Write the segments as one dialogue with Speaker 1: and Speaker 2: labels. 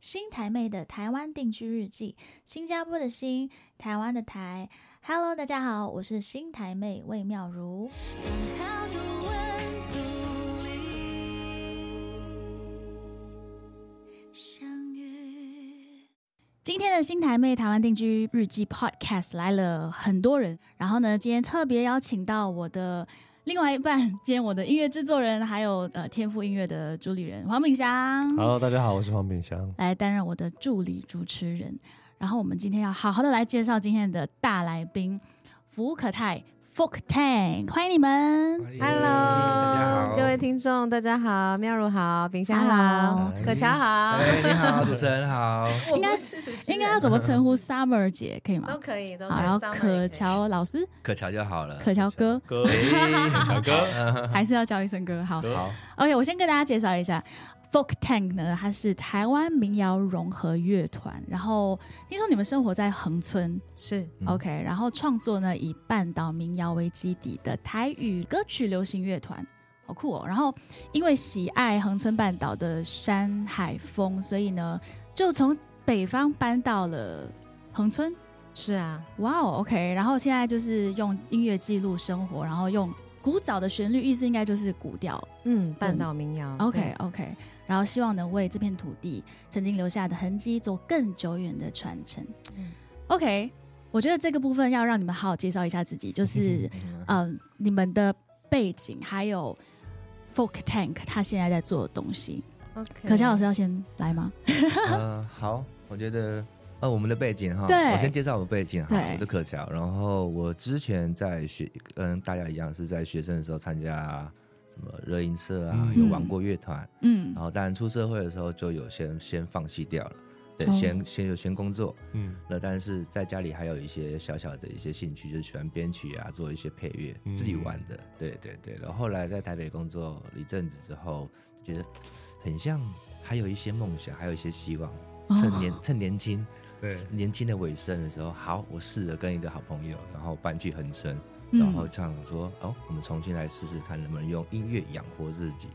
Speaker 1: 新台妹的台湾定居日记，新加坡的新，台湾的台。Hello，大家好，我是新台妹魏妙如。
Speaker 2: 刚好的温度里相遇。
Speaker 1: 今天的新台妹台湾定居日记 Podcast 来了很多人，然后呢，今天特别邀请到我的另外一半，兼我的音乐制作人，还有呃天赋音乐的主理人黄炳祥。
Speaker 3: Hello，大家好，我是黄炳祥。
Speaker 1: 来担任我的助理主持人。然后我们今天要好好的来介绍今天的大来宾福可泰 Folk Tank，欢迎你们！
Speaker 4: Hello，各位听众，大家好，妙如好，炳香
Speaker 1: Hello
Speaker 4: 好，可乔好，
Speaker 5: 哎，你好，主持人好。
Speaker 1: 应该
Speaker 4: 是
Speaker 1: 应该要怎么称 呼 Summer 姐可以吗
Speaker 4: 都？可以，都可以
Speaker 1: 好，然后
Speaker 4: summer 也可
Speaker 1: 可
Speaker 4: 以
Speaker 1: 乔老师、
Speaker 5: 可乔就好了。
Speaker 1: 可乔 哥，
Speaker 3: 哥，
Speaker 5: 哎，
Speaker 3: 小哥，
Speaker 1: 还是要叫一声哥好。
Speaker 5: 好，
Speaker 1: OK，我先跟大家介绍一下。Folk Tank 呢，它是台湾民谣融合乐团。然后听说你们生活在恒村，
Speaker 4: 是
Speaker 5: 嗯
Speaker 1: OK，然后创作呢以半岛民谣为基底的台语歌曲流行乐团，好酷哦。然后因为喜爱恒春半岛的山海风，所以呢就从北方搬到了恒春。
Speaker 4: 是啊，
Speaker 1: 哇哦，OK，然后现在就是用音乐记录生活，然后用古早的旋律，意思应该就是古调。
Speaker 4: 嗯，半岛民谣
Speaker 1: OK OK，然后希望能为这片土地曾经留下的痕迹做更久远的传承。
Speaker 4: 嗯
Speaker 1: OK，我觉得这个部分要让你们好好介绍一下自己， 就是嗯、你们的背景，还有 Folk Tank 他现在在做的东西。
Speaker 4: ，OK，
Speaker 1: 可乔老师要先来吗？
Speaker 5: 嗯，好，我觉得。呃，我们的背景哈，
Speaker 1: 对
Speaker 5: 我先介绍我背景哈
Speaker 1: 对，
Speaker 5: 我是可乔，然后我之前在学，跟大家一样是在学生的时候参加什么热音社啊，
Speaker 3: 嗯
Speaker 5: 有玩过乐团，
Speaker 1: 嗯
Speaker 5: 然后但出社会的时候就有先先放弃掉了，对，
Speaker 1: 哦
Speaker 5: 先先有先工作，
Speaker 3: 嗯
Speaker 5: 那但是在家里还有一些小小的一些兴趣，就是喜欢编曲啊，做一些配乐，
Speaker 3: 嗯
Speaker 5: 自己玩的。对对对。然后后来在台北工作一阵子之后，觉得嘖很像还有一些梦想，还有一些希望。趁年、趁年轻，
Speaker 3: 对
Speaker 5: 年轻的尾声的时候，好，我试着跟一个好朋友，然后搬去恒春，
Speaker 1: 嗯
Speaker 5: 然后想说，哦，我们重新来试试看，能不能用音乐养活自己。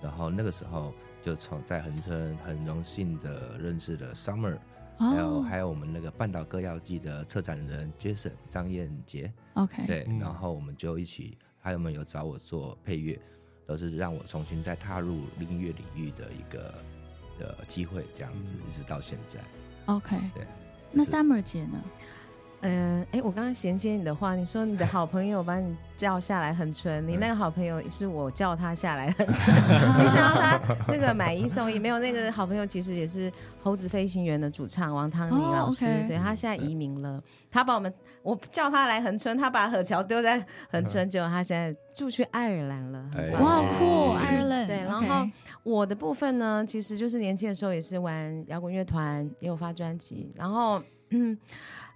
Speaker 5: 然后那个时候就从在恒春很荣幸的认识了 Summer，还
Speaker 4: 哦
Speaker 5: 有
Speaker 1: 哦
Speaker 5: 还有我们那个半岛歌谣季的策展人 Jason 张燕杰，
Speaker 4: 哎
Speaker 1: OK，
Speaker 5: 对，
Speaker 3: 嗯
Speaker 5: 然后我们就一起，还有没有找我做配乐，都是让我重新再踏入音乐领域的一个呃机会，这样子
Speaker 3: 嗯
Speaker 5: 一直到现在。
Speaker 1: OK，
Speaker 5: 对
Speaker 1: 那
Speaker 5: 是
Speaker 1: Summer 姐呢？
Speaker 4: 嗯，哎，我刚刚衔接你的话，你说你的好朋友把你叫下来很纯，你那个好朋友是我叫他下来很 纯，没想到他那个买一送一，没有那个好朋友其实也是猴子飞行员的主唱王汤尼老师
Speaker 1: 哦，OK
Speaker 4: 对他现在移民了，他把我们我叫他来恒春，他把何桥丢在恒春，结果他现在住去爱尔兰了，很
Speaker 5: 哎
Speaker 4: 棒
Speaker 1: 哇，好酷
Speaker 3: 嗯
Speaker 1: 哦，Ireland，
Speaker 4: 嗯对，然
Speaker 1: OK
Speaker 4: 后我的部分呢，其实就是年轻的时候也是玩摇滚乐团，也有发专辑。然后，嗯，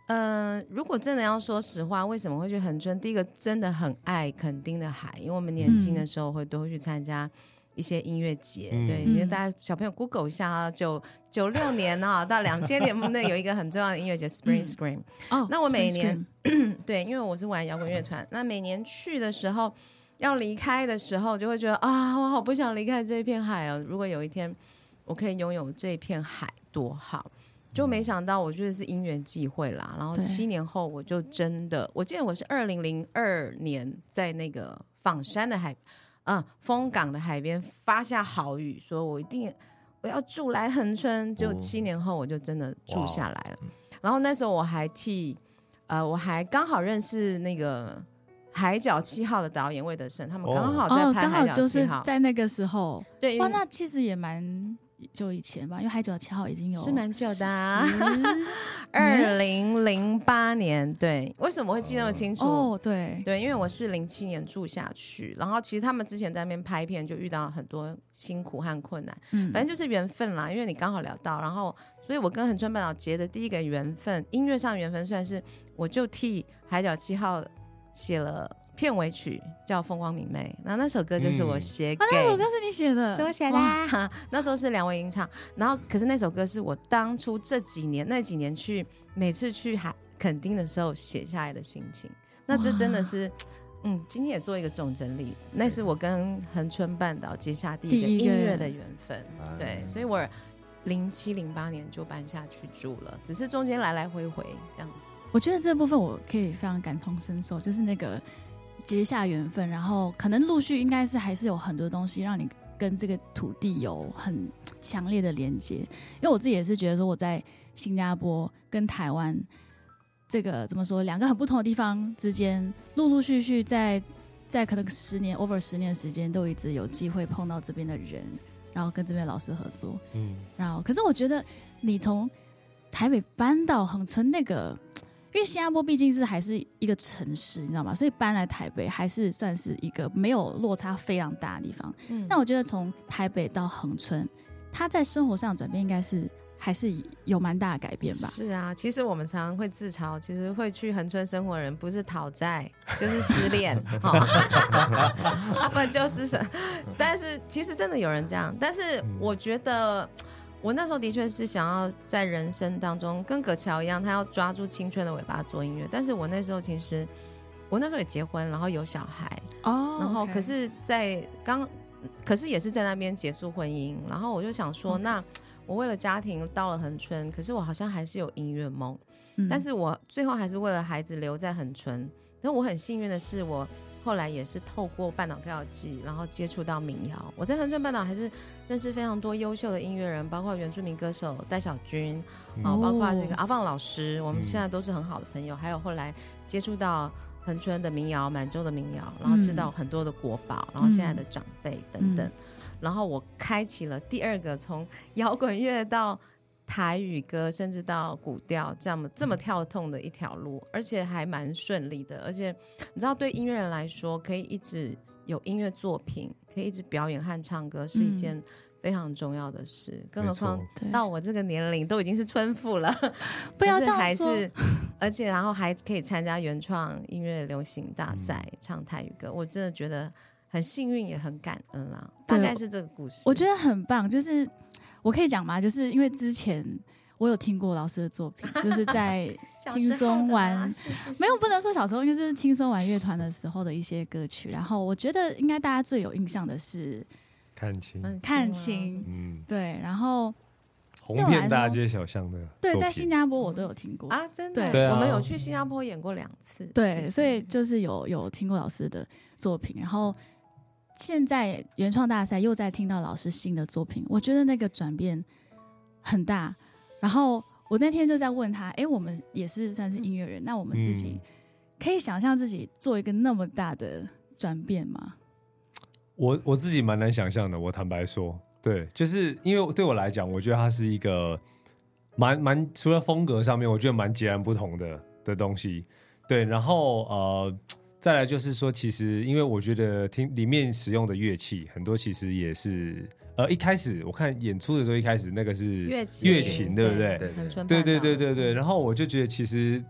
Speaker 4: 呃，如果真的要说实话，为什么会去恒春？第一个真的很爱垦丁的海，因为我们年轻的时候会都会去参加。一些音乐节，
Speaker 3: 嗯
Speaker 4: 对，
Speaker 1: 嗯
Speaker 4: 你大家小朋友 Google 一下啊，九九六年啊到两千年，那有一个很重要的音乐节 Spring Scream，
Speaker 1: 哦，
Speaker 4: 那我每
Speaker 1: Spring
Speaker 4: 年
Speaker 1: Screen
Speaker 4: 对，因为我是玩摇滚乐团，那每年去的时候，要离开的时候，就会觉得啊，我好不想离开这一片海哦。如果有一天我可以拥有这一片海，多好！就没想到，我觉得是因缘际会啦。然后
Speaker 1: 对
Speaker 4: 七年后，我就真的，我记得我是二零零二年在那个仿山的海，嗯，风港的海边发下豪语，说我一定我要住来恒春。就
Speaker 5: 哦
Speaker 4: 七年后，我就真的住
Speaker 3: 哇
Speaker 4: 下来了。然后那时候我还替，呃，我还刚好认识那个《海角七号》的导演魏德胜，他们
Speaker 3: 哦
Speaker 4: 刚好在
Speaker 1: 哦，
Speaker 4: 拍《
Speaker 1: 刚
Speaker 4: 海
Speaker 1: 好
Speaker 4: 角
Speaker 1: 就
Speaker 4: 七
Speaker 1: 是
Speaker 4: 号》
Speaker 1: 在那个时候，
Speaker 4: 对，因
Speaker 1: 哇，
Speaker 4: 为
Speaker 1: 那其实也蛮久以前吧，因为《海角七号》已经有
Speaker 4: 是蛮久的啊
Speaker 1: 10嗯
Speaker 4: 二零零八年，对，为什么会记那么清楚？
Speaker 1: 哦，对，
Speaker 4: 对，因为我是零七年住下去，然后其实他们之前在那边拍片就遇到很多辛苦和困难，
Speaker 1: 嗯
Speaker 4: 反正就是缘分啦。因为你刚好聊到，然后所以我跟恒春半岛结的第一个缘分，音乐上缘分算是我就替《海角七号》写了片尾曲，叫《风光明媚》，然后那首歌就是我
Speaker 3: 嗯
Speaker 4: 写给、
Speaker 1: 啊，那首歌是你写的，
Speaker 4: 是我写的
Speaker 1: 哇
Speaker 4: 啊、 那时候是梁文音唱，然后可是那首歌是我当初这几年那几年去每次去海垦丁的时候写下来的心情。那这真的是，嗯，今天也做一个总整理，那是我跟恒春半岛结下第一个
Speaker 1: 第一
Speaker 4: 音
Speaker 1: 个
Speaker 4: 乐的缘分。
Speaker 5: 啊
Speaker 4: 对，所以我零七零八年就搬下去住了，只是中间来来回回这样子。
Speaker 6: 我觉得这部分我可以非常感同身受，就是那个结下缘分，然后可能陆续应该是还是有很多东西让你跟这个土地有很强烈的连接。因为我自己也是觉得说我在新加坡跟台湾这个怎么说两个很不同的地方之间，陆陆续续在在可能十年 over 十年的时间，都一直有机会碰到这边的人，然后跟这边的老师合作。
Speaker 3: 嗯，
Speaker 6: 然后，可是我觉得你从台北搬到恒春那个，因为新加坡毕竟是还是一个城市，你知道吗？所以搬来台北还是算是一个没有落差非常大的地方。
Speaker 4: 嗯
Speaker 6: 那我觉得从台北到恒春，他在生活上的转变应该是还是有蛮大的改变吧？
Speaker 4: 是啊，其实我们常常会自嘲，其实会去恒春生活的人不是讨债就是失恋，哈、 啊不然就是什，但是其实真的有人这样，但是我觉得。我那时候的确是想要在人生当中跟葛乔一样，他要抓住青春的尾巴做音乐。但是我那时候其实，我那时候也结婚，然后有小孩，
Speaker 6: 哦
Speaker 4: 然后可是，在刚，可是也是在那边结束婚姻，然后我就想说，那我为了家庭到了恒春，可是我好像还是有音乐梦，
Speaker 6: 嗯
Speaker 4: 但是我最后还是为了孩子留在恒春。但我很幸运的是，我后来也是透过半岛歌谣季，然后接触到民谣。我在恒春半岛还是认识非常多优秀的音乐人，包括原住民歌手戴小军，啊、
Speaker 6: 嗯
Speaker 4: 包括这
Speaker 6: 哦
Speaker 4: 个阿放老师，我们
Speaker 3: 嗯
Speaker 4: 现在都是很好的朋友。还有后来接触到恒春的民谣、满洲的民谣，然后知道很多的国宝，然后现在的长辈等等。
Speaker 6: 嗯
Speaker 4: 然后我开启了第二个从摇滚乐到台语歌，甚至到古调这么这么
Speaker 3: 嗯
Speaker 4: 跳痛的一条路，而且还蛮顺利的。而且你知道，对音乐人来说，可以一直有音乐作品，可以一直表演和唱歌，
Speaker 6: 嗯
Speaker 4: 是一件非常重要的事。更何
Speaker 3: 没错
Speaker 4: 况
Speaker 6: 对
Speaker 4: 到我这个年龄，都已经是村妇 了，
Speaker 6: 不
Speaker 4: 可
Speaker 6: 要这
Speaker 4: 是
Speaker 6: 样
Speaker 4: 还
Speaker 6: 说，
Speaker 4: 是，而且然后还可以参加原创音乐流行
Speaker 3: 嗯
Speaker 4: 大赛，唱台语歌，我真的觉得很幸运，也很感恩啦。大
Speaker 6: 对
Speaker 4: 概是这个故事，
Speaker 6: 我觉得很棒，就是我可以讲嘛，就是因为之前我有听过老师的作品，就是在
Speaker 4: 小时候
Speaker 6: 轻松
Speaker 4: 的
Speaker 6: 玩
Speaker 4: 啦，是是是
Speaker 6: 没有不能说小时候，因为就是轻松玩乐团的时候的一些歌曲。然后我觉得应该大家最有印象的是
Speaker 3: 看清，
Speaker 4: 嗯
Speaker 6: 《看
Speaker 4: 清
Speaker 6: 清》，
Speaker 3: 嗯，
Speaker 6: 对，然后
Speaker 3: 红
Speaker 6: 对我来
Speaker 3: 遍大
Speaker 6: 说
Speaker 3: 街小巷的作品，
Speaker 6: 对，在新加坡我都有听过，
Speaker 4: 啊，真的，
Speaker 6: 对
Speaker 3: 啊
Speaker 4: 我们有去新加坡演过两次，其
Speaker 6: 对，
Speaker 4: 实
Speaker 6: 所以就是有有听过老师的作品，然后现在原创大赛又在听到老师新的作品，我觉得那个转变很大。然后我那天就在问他，诶，我们也是算是音乐人，那我们自己
Speaker 3: 嗯
Speaker 6: 可以想象自己做一个那么大的转变吗？
Speaker 3: 我我自己蛮难想象的，我坦白说，对，就是因为对我来讲，我觉得它是一个蛮蛮除了风格上面，我觉得蛮截然不同的的东西。对，然后呃，再来就是说，其实因为我觉得听里面使用的乐器很多，其实也是呃一开始我看演出的时候，一开始那个是
Speaker 4: 乐琴，
Speaker 3: 乐琴对不对？
Speaker 5: 对
Speaker 4: 很纯
Speaker 3: 对
Speaker 4: 半
Speaker 3: 对
Speaker 4: 岛
Speaker 3: 对对对，然后我就觉得其实，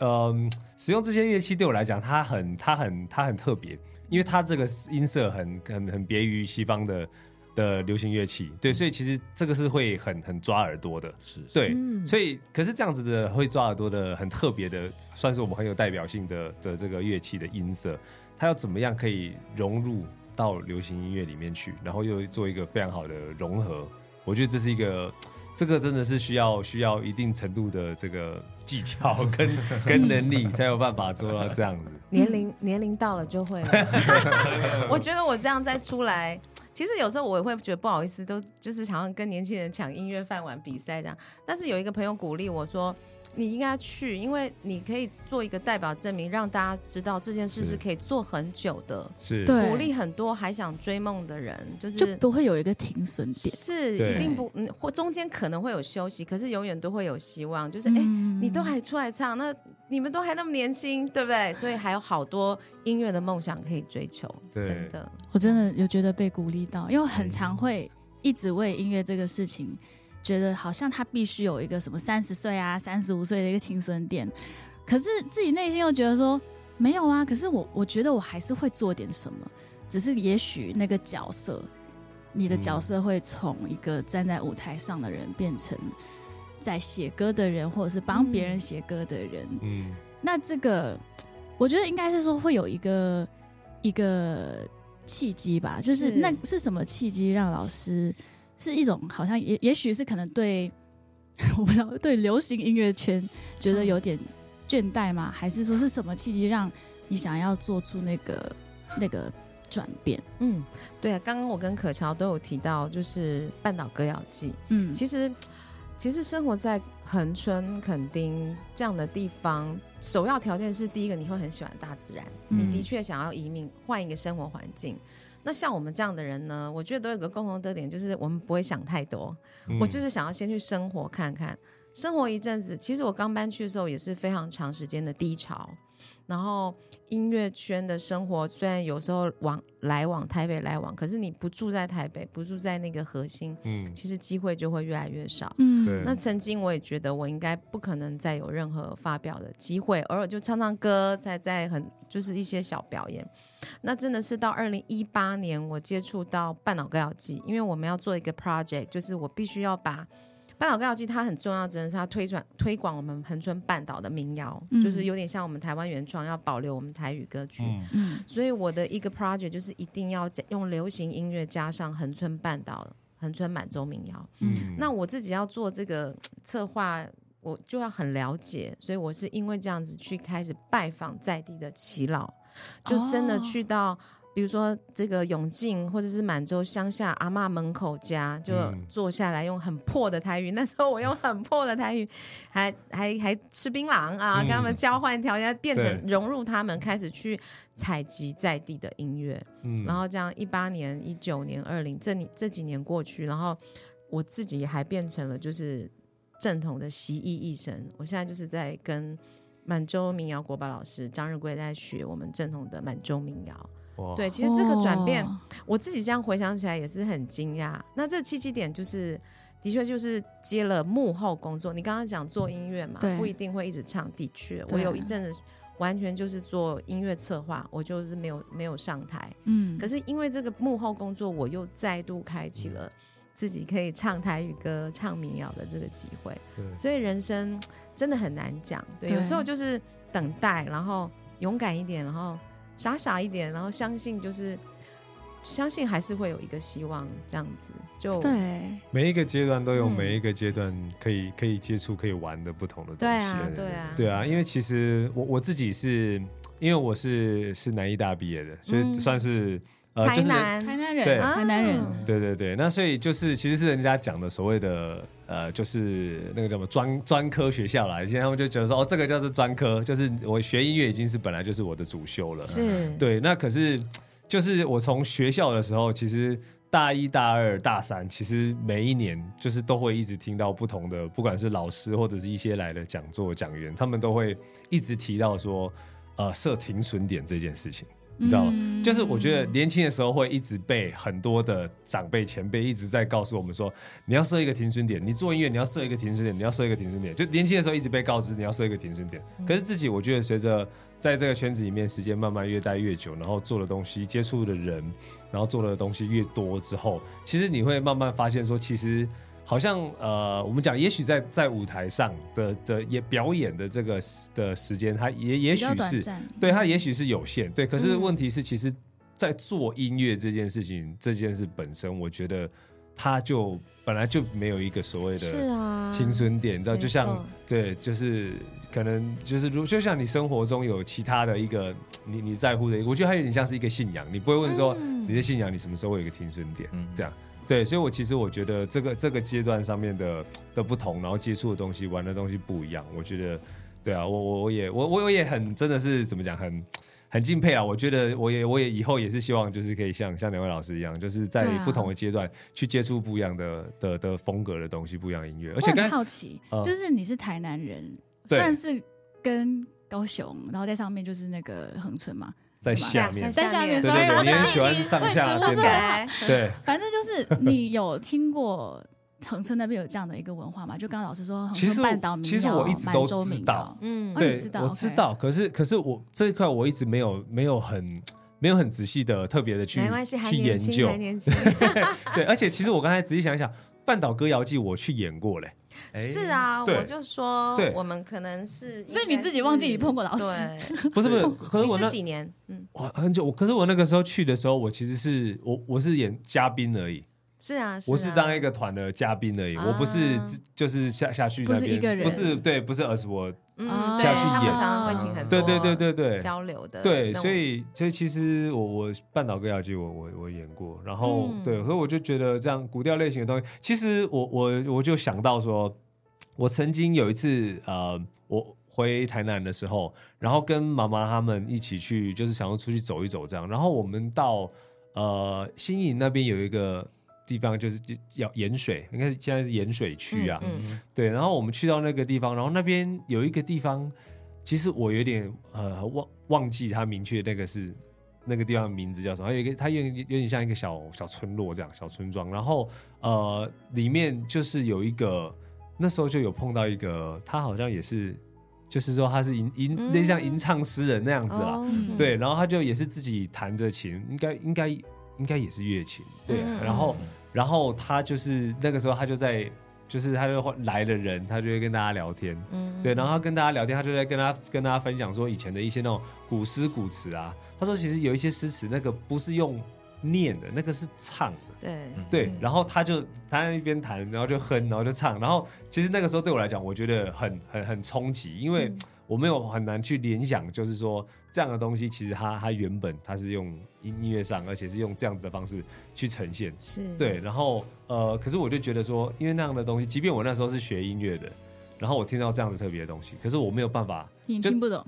Speaker 3: 嗯，使用这些乐器对我来讲，它很它很它很特别，因为它这个音色很很很别于西方的的流行乐器，对，所以其实这个是会很很抓耳朵的，
Speaker 5: 是，是
Speaker 3: 对，
Speaker 4: 嗯
Speaker 3: 所以可是这样子的会抓耳朵的很特别的，算是我们很有代表性的的这个乐器的音色，它要怎么样可以融入到流行音乐里面去，然后又做一个非常好的融合，我觉得这是一个。这个真的是需要需要一定程度的这个技巧跟跟能力才有办法做到这 样子。
Speaker 4: 年龄年龄到了就 会了。嗯我觉得我这样再出来，其实有时候我也会觉得不好意思，都就是想要跟年轻人抢音乐饭碗比赛这样。但是有一个朋友鼓励我说。你应该去，因为你可以做一个代表证明，让大家知道这件事
Speaker 3: 是
Speaker 4: 是可以做很久的，
Speaker 3: 是，
Speaker 6: 对
Speaker 4: 鼓励很多还想追梦的人，就是
Speaker 6: 就不会有一个停损点。
Speaker 4: 是
Speaker 3: 对
Speaker 4: 一定不，嗯，或中间可能会有休息，可是永远都会有希望。就是哎、
Speaker 6: 嗯
Speaker 4: 你都还出来唱，那你们都还那么年轻，对不对？所以还有好多音乐的梦想可以追求，
Speaker 3: 对
Speaker 4: 真的。
Speaker 6: 我真的有觉得被鼓励到，因为我很常会一直为音乐这个事情，觉得好像它必须有一个什么三十岁啊、三十五岁的一个停损点，可是自己内心又觉得说没有啊，可是我我觉得我还是会做点什么，只是也许那个角色，
Speaker 4: 嗯
Speaker 6: 你的角色会从一个站在舞台上的人变成。在写歌的人，或者是帮别人写歌的人，
Speaker 3: 嗯，
Speaker 6: 那这个，我觉得应该是说会有一个一个契机吧，就
Speaker 4: 是
Speaker 6: 是那是什么契机让老师是一种好像也也许是可能对 我不知道对流行音乐圈觉得有点倦怠吗？还是说是什么契机让你想要做出那个那个转变？
Speaker 4: 嗯，对啊，刚刚我跟可乔都有提到，就是半岛歌谣季。
Speaker 6: 嗯，
Speaker 4: 其实，其实生活在恒春、垦丁这样的地方，首要条件是第一个，你会很喜欢大自然，
Speaker 6: 嗯
Speaker 4: 你的确想要移民，换一个生活环境。那像我们这样的人呢，我觉得都有个共同特点，就是我们不会想太多，
Speaker 3: 嗯
Speaker 4: 我就是想要先去生活看看，生活一阵子。其实我刚搬去的时候也是非常长时间的低潮，然后音乐圈的生活虽然有时候往来往台北来往，可是你不住在台北，不住在那个核心，
Speaker 3: 嗯
Speaker 4: 其实机会就会越来越少。
Speaker 6: 嗯
Speaker 3: 对
Speaker 4: 那曾经我也觉得我应该不可能再有任何发表的机会，偶尔就唱唱歌，再在很就是一些小表演。那真的是到二零一八年，我接触到半岛歌谣季，因为我们要做一个 project，就是我必须要把半岛歌谣季它很重要，真的是它推转推广我们恒春半岛的民谣，
Speaker 6: 嗯
Speaker 4: 就是有点像我们台湾原创，要保留我们台语歌曲。
Speaker 3: 嗯
Speaker 6: 嗯
Speaker 4: 所以我的一个 project 就是一定要加用流行音乐加上恒春半岛、恒春满洲民谣。
Speaker 3: 嗯
Speaker 4: 那我自己要做这个策划，我就要很了解，所以我是因为这样子去开始拜访在地的耆老，就真的
Speaker 6: 哦
Speaker 4: 去到。比如说这个永靖或者是满洲乡下阿嬷门口家，就
Speaker 3: 嗯
Speaker 4: 坐下来用很破的台语，那时候我用很破的台语，还还还吃槟榔
Speaker 3: 嗯
Speaker 4: 啊，跟他们交换条件，变成
Speaker 3: 对
Speaker 4: 融入他们，开始去采集在地的音乐。
Speaker 3: 嗯
Speaker 4: 然后这样一八年、一九年、二零这里这几年过去，然后我自己还变成了就是正统的习艺艺生。我现在就是在跟满洲民谣国宝老师张日贵在学我们正统的满洲民谣。
Speaker 3: 哇
Speaker 4: 对，其实这个转变，
Speaker 6: 哦
Speaker 4: 我自己这样回想起来也是很惊讶。那这契机点就是。的确就是接了幕后工作，你刚刚讲做音乐嘛
Speaker 6: 对，
Speaker 4: 不一定会一直唱。的确，我
Speaker 6: 对啊
Speaker 4: 有一阵子完全就是做音乐策划，我就是没有没有上台，
Speaker 6: 嗯，
Speaker 4: 可是因为这个幕后工作，我又再度开启了自己可以唱台语歌、唱民谣的这个机会，
Speaker 3: 对
Speaker 4: 所以人生真的很难讲。对，
Speaker 6: 对
Speaker 4: 有时候就是等待，然后勇敢一点，然后傻傻一点，然后相信就是相信还是会有一个希望，这样子就
Speaker 6: 对，
Speaker 3: 每一个阶段都有
Speaker 4: 嗯
Speaker 3: 每一个阶段可以、可以接触、可以玩的不同的东
Speaker 4: 对
Speaker 3: 西。
Speaker 4: 啊，对啊，
Speaker 3: 对啊，因为其实我我自己是，因为我是是南医大毕业的，所以
Speaker 4: 嗯
Speaker 3: 算是、呃，
Speaker 4: 台
Speaker 3: 就是
Speaker 4: 南
Speaker 6: 台南人，
Speaker 3: 对
Speaker 6: 台南人，
Speaker 4: 啊
Speaker 3: 对对对，那所以就是其实是人家讲的所谓的呃，就是那个叫什么专专科学校啦，现在他们就觉得说哦，这个叫做专科，就是我学音乐已经是本来就是我的主修了。
Speaker 4: 是，
Speaker 3: 对，那可是就是我从学校的时候，其实大一、大二、大三，其实每一年就是都会一直听到不同的，不管是老师或者是一些来的讲座讲员，他们都会一直提到说，呃，设停损点这件事情。你知道吗？
Speaker 6: 嗯
Speaker 3: 就是我觉得年轻的时候会一直被很多的长辈前辈一直在告诉我们说，你要设一个停损点，你做音乐你要设一个停损点，你要设一个停损点。就年轻的时候一直被告知你要设一个停损点，
Speaker 6: 嗯
Speaker 3: 可是自己我觉得随着在这个圈子里面时间慢慢越待越久，然后做的东西、接触的人，然后做的东西越多之后，其实你会慢慢发现说，其实。好像呃，我们讲，也许在在舞台上的的也表演的这个时的时间，它也也
Speaker 6: 比
Speaker 3: 许
Speaker 6: 较短
Speaker 3: 是
Speaker 6: 暂，
Speaker 3: 对它也许是有限，对，可是
Speaker 4: 嗯
Speaker 3: 问题是，其实，在做音乐这件事情，这件事本身，我觉得它就本来就没有一个所谓
Speaker 4: 是
Speaker 3: 的
Speaker 4: 啊，
Speaker 3: 停损点，你知道，
Speaker 4: 没
Speaker 3: 就像
Speaker 4: 错
Speaker 3: 对，就是可能就是如就像你生活中有其他的一个你你在乎的，我觉得它有点像是一个信仰，你不会问说
Speaker 4: 嗯
Speaker 3: 你的信仰你什么时候会有一个停损点，
Speaker 5: 嗯
Speaker 3: 这样。对，所以我其实我觉得这个这个阶段上面的的不同，然后接触的东西、玩的东西不一样，我觉得，对啊，我我我也我我我也很真的是怎么讲，很很敬佩啊！我觉得我也我也以后也是希望就是可以像像两位老师一样，就是在
Speaker 6: 对啊
Speaker 3: 不同的阶段去接触不一样的的的风格的东西，不一样的音乐，而
Speaker 6: 我
Speaker 3: 且
Speaker 6: 很
Speaker 3: 刚
Speaker 6: 好奇，
Speaker 3: 呃
Speaker 6: 就是你是台南人，
Speaker 3: 对
Speaker 6: 算是跟高雄，然后在上面就是那个恒春嘛，
Speaker 3: 在
Speaker 6: 干嘛
Speaker 3: 下
Speaker 4: 下
Speaker 3: 面，
Speaker 6: 在下面。
Speaker 4: 面
Speaker 3: 对
Speaker 6: sorry，
Speaker 3: 对对
Speaker 6: 我
Speaker 3: 你
Speaker 6: 的
Speaker 3: 很
Speaker 6: 地
Speaker 3: 喜欢
Speaker 6: 理
Speaker 3: 上
Speaker 6: 位置
Speaker 3: 下
Speaker 6: 不
Speaker 3: 对对
Speaker 6: 是很好
Speaker 4: 改
Speaker 3: 对，
Speaker 6: 反正就是你有听过恒春那边有这样的一个文化嘛？就刚刚老师说，恒
Speaker 3: 其实
Speaker 6: 春半岛
Speaker 3: 我
Speaker 6: 民
Speaker 3: 其实
Speaker 6: 谣
Speaker 3: 我一直
Speaker 6: 满
Speaker 3: 都
Speaker 6: 洲
Speaker 3: 知
Speaker 6: 民
Speaker 3: 道
Speaker 6: 谣
Speaker 4: 嗯
Speaker 6: 哦
Speaker 3: 对，
Speaker 6: 你知道
Speaker 3: 我
Speaker 6: ，OK
Speaker 3: 知道。可是，可是我这一块我一直没有没有很没有很仔细的特别的去
Speaker 4: 没关系，还
Speaker 3: 去研
Speaker 4: 年轻，
Speaker 3: 究
Speaker 4: 还。年轻，
Speaker 3: 对，而且其实我刚才仔细想一想，《半岛歌谣记》我去演过嘞。哎
Speaker 4: 是，啊，
Speaker 3: 对
Speaker 4: 我就说
Speaker 3: 对
Speaker 4: 我们可能是，
Speaker 6: 所以你自己忘记你碰过老师
Speaker 4: 对
Speaker 3: 不是不是，可是
Speaker 4: 你
Speaker 3: 我那
Speaker 4: 是几年？嗯，
Speaker 3: 我很久，我可是我那个时候去的时候，我其实是我我是演嘉宾而已。
Speaker 4: 是啊，
Speaker 3: 我是
Speaker 4: 啊
Speaker 3: 当一个团的嘉宾而已，
Speaker 4: 啊
Speaker 3: 我不是自就是下下去那
Speaker 6: 不是一
Speaker 3: 边，
Speaker 6: 个人
Speaker 3: 不是对，不是 as 我，
Speaker 4: 嗯，
Speaker 6: 啊
Speaker 4: 对
Speaker 3: 下去
Speaker 4: 他们
Speaker 3: 演
Speaker 4: 常常会请很多
Speaker 3: 对对对对对
Speaker 4: 交流的
Speaker 3: 对，
Speaker 4: 那种
Speaker 3: 所以所以其实我我半岛歌谣剧我我我演过，然后、
Speaker 4: 嗯
Speaker 3: 对，所以我就觉得这样古调类型的东西，其实我我我就想到说，我曾经有一次呃，我回台南的时候，然后跟妈妈他们一起去，就是想要出去走一走这样，然后我们到呃新营那边有一个。地方就是就要盐水，应该是现在是盐水区啊。
Speaker 4: 嗯嗯
Speaker 3: 对，然后我们去到那个地方，然后那边有一个地方，其实我有点呃忘忘记它明确那个是那个地方的名字叫什么，它有一个它有点有点像一个小小村落这样小村庄，然后呃里面就是有一个那时候就有碰到一个，他好像也是就是说他是吟吟
Speaker 4: 嗯
Speaker 3: 类似像吟唱诗人那样子啦，
Speaker 4: 哦
Speaker 6: 嗯
Speaker 3: 对，然后他就也是自己弹着琴，应该应该应该也是乐琴，对啊、
Speaker 4: 嗯
Speaker 3: 然后然后他就是那个时候他就在，就是他就会来的人，他就会跟大家聊天，
Speaker 4: 嗯
Speaker 3: 对，然后他跟大家聊天，他就在跟他跟大家分享说以前的一些那种古诗古词啊，他说其实有一些诗词那个不是用念的，那个是唱的。
Speaker 4: 对
Speaker 5: 嗯
Speaker 3: 对
Speaker 4: 嗯，
Speaker 3: 然后他就他在一边弹，然后就哼，然后就唱，然后其实那个时候对我来讲，我觉得很很很冲击，因
Speaker 4: 嗯
Speaker 3: 为我没有很难去联想，就是说这样的东西，其实它它原本它是用音音乐上，而且是用这样子的方式去呈现，
Speaker 4: 是，
Speaker 3: 对，然后呃，可是我就觉得说，因为那样的东西，即便我那时候是学音乐的，然后我听到这样的特别的东西，可是我没有办 法，
Speaker 6: 你
Speaker 3: 就
Speaker 6: 听不懂，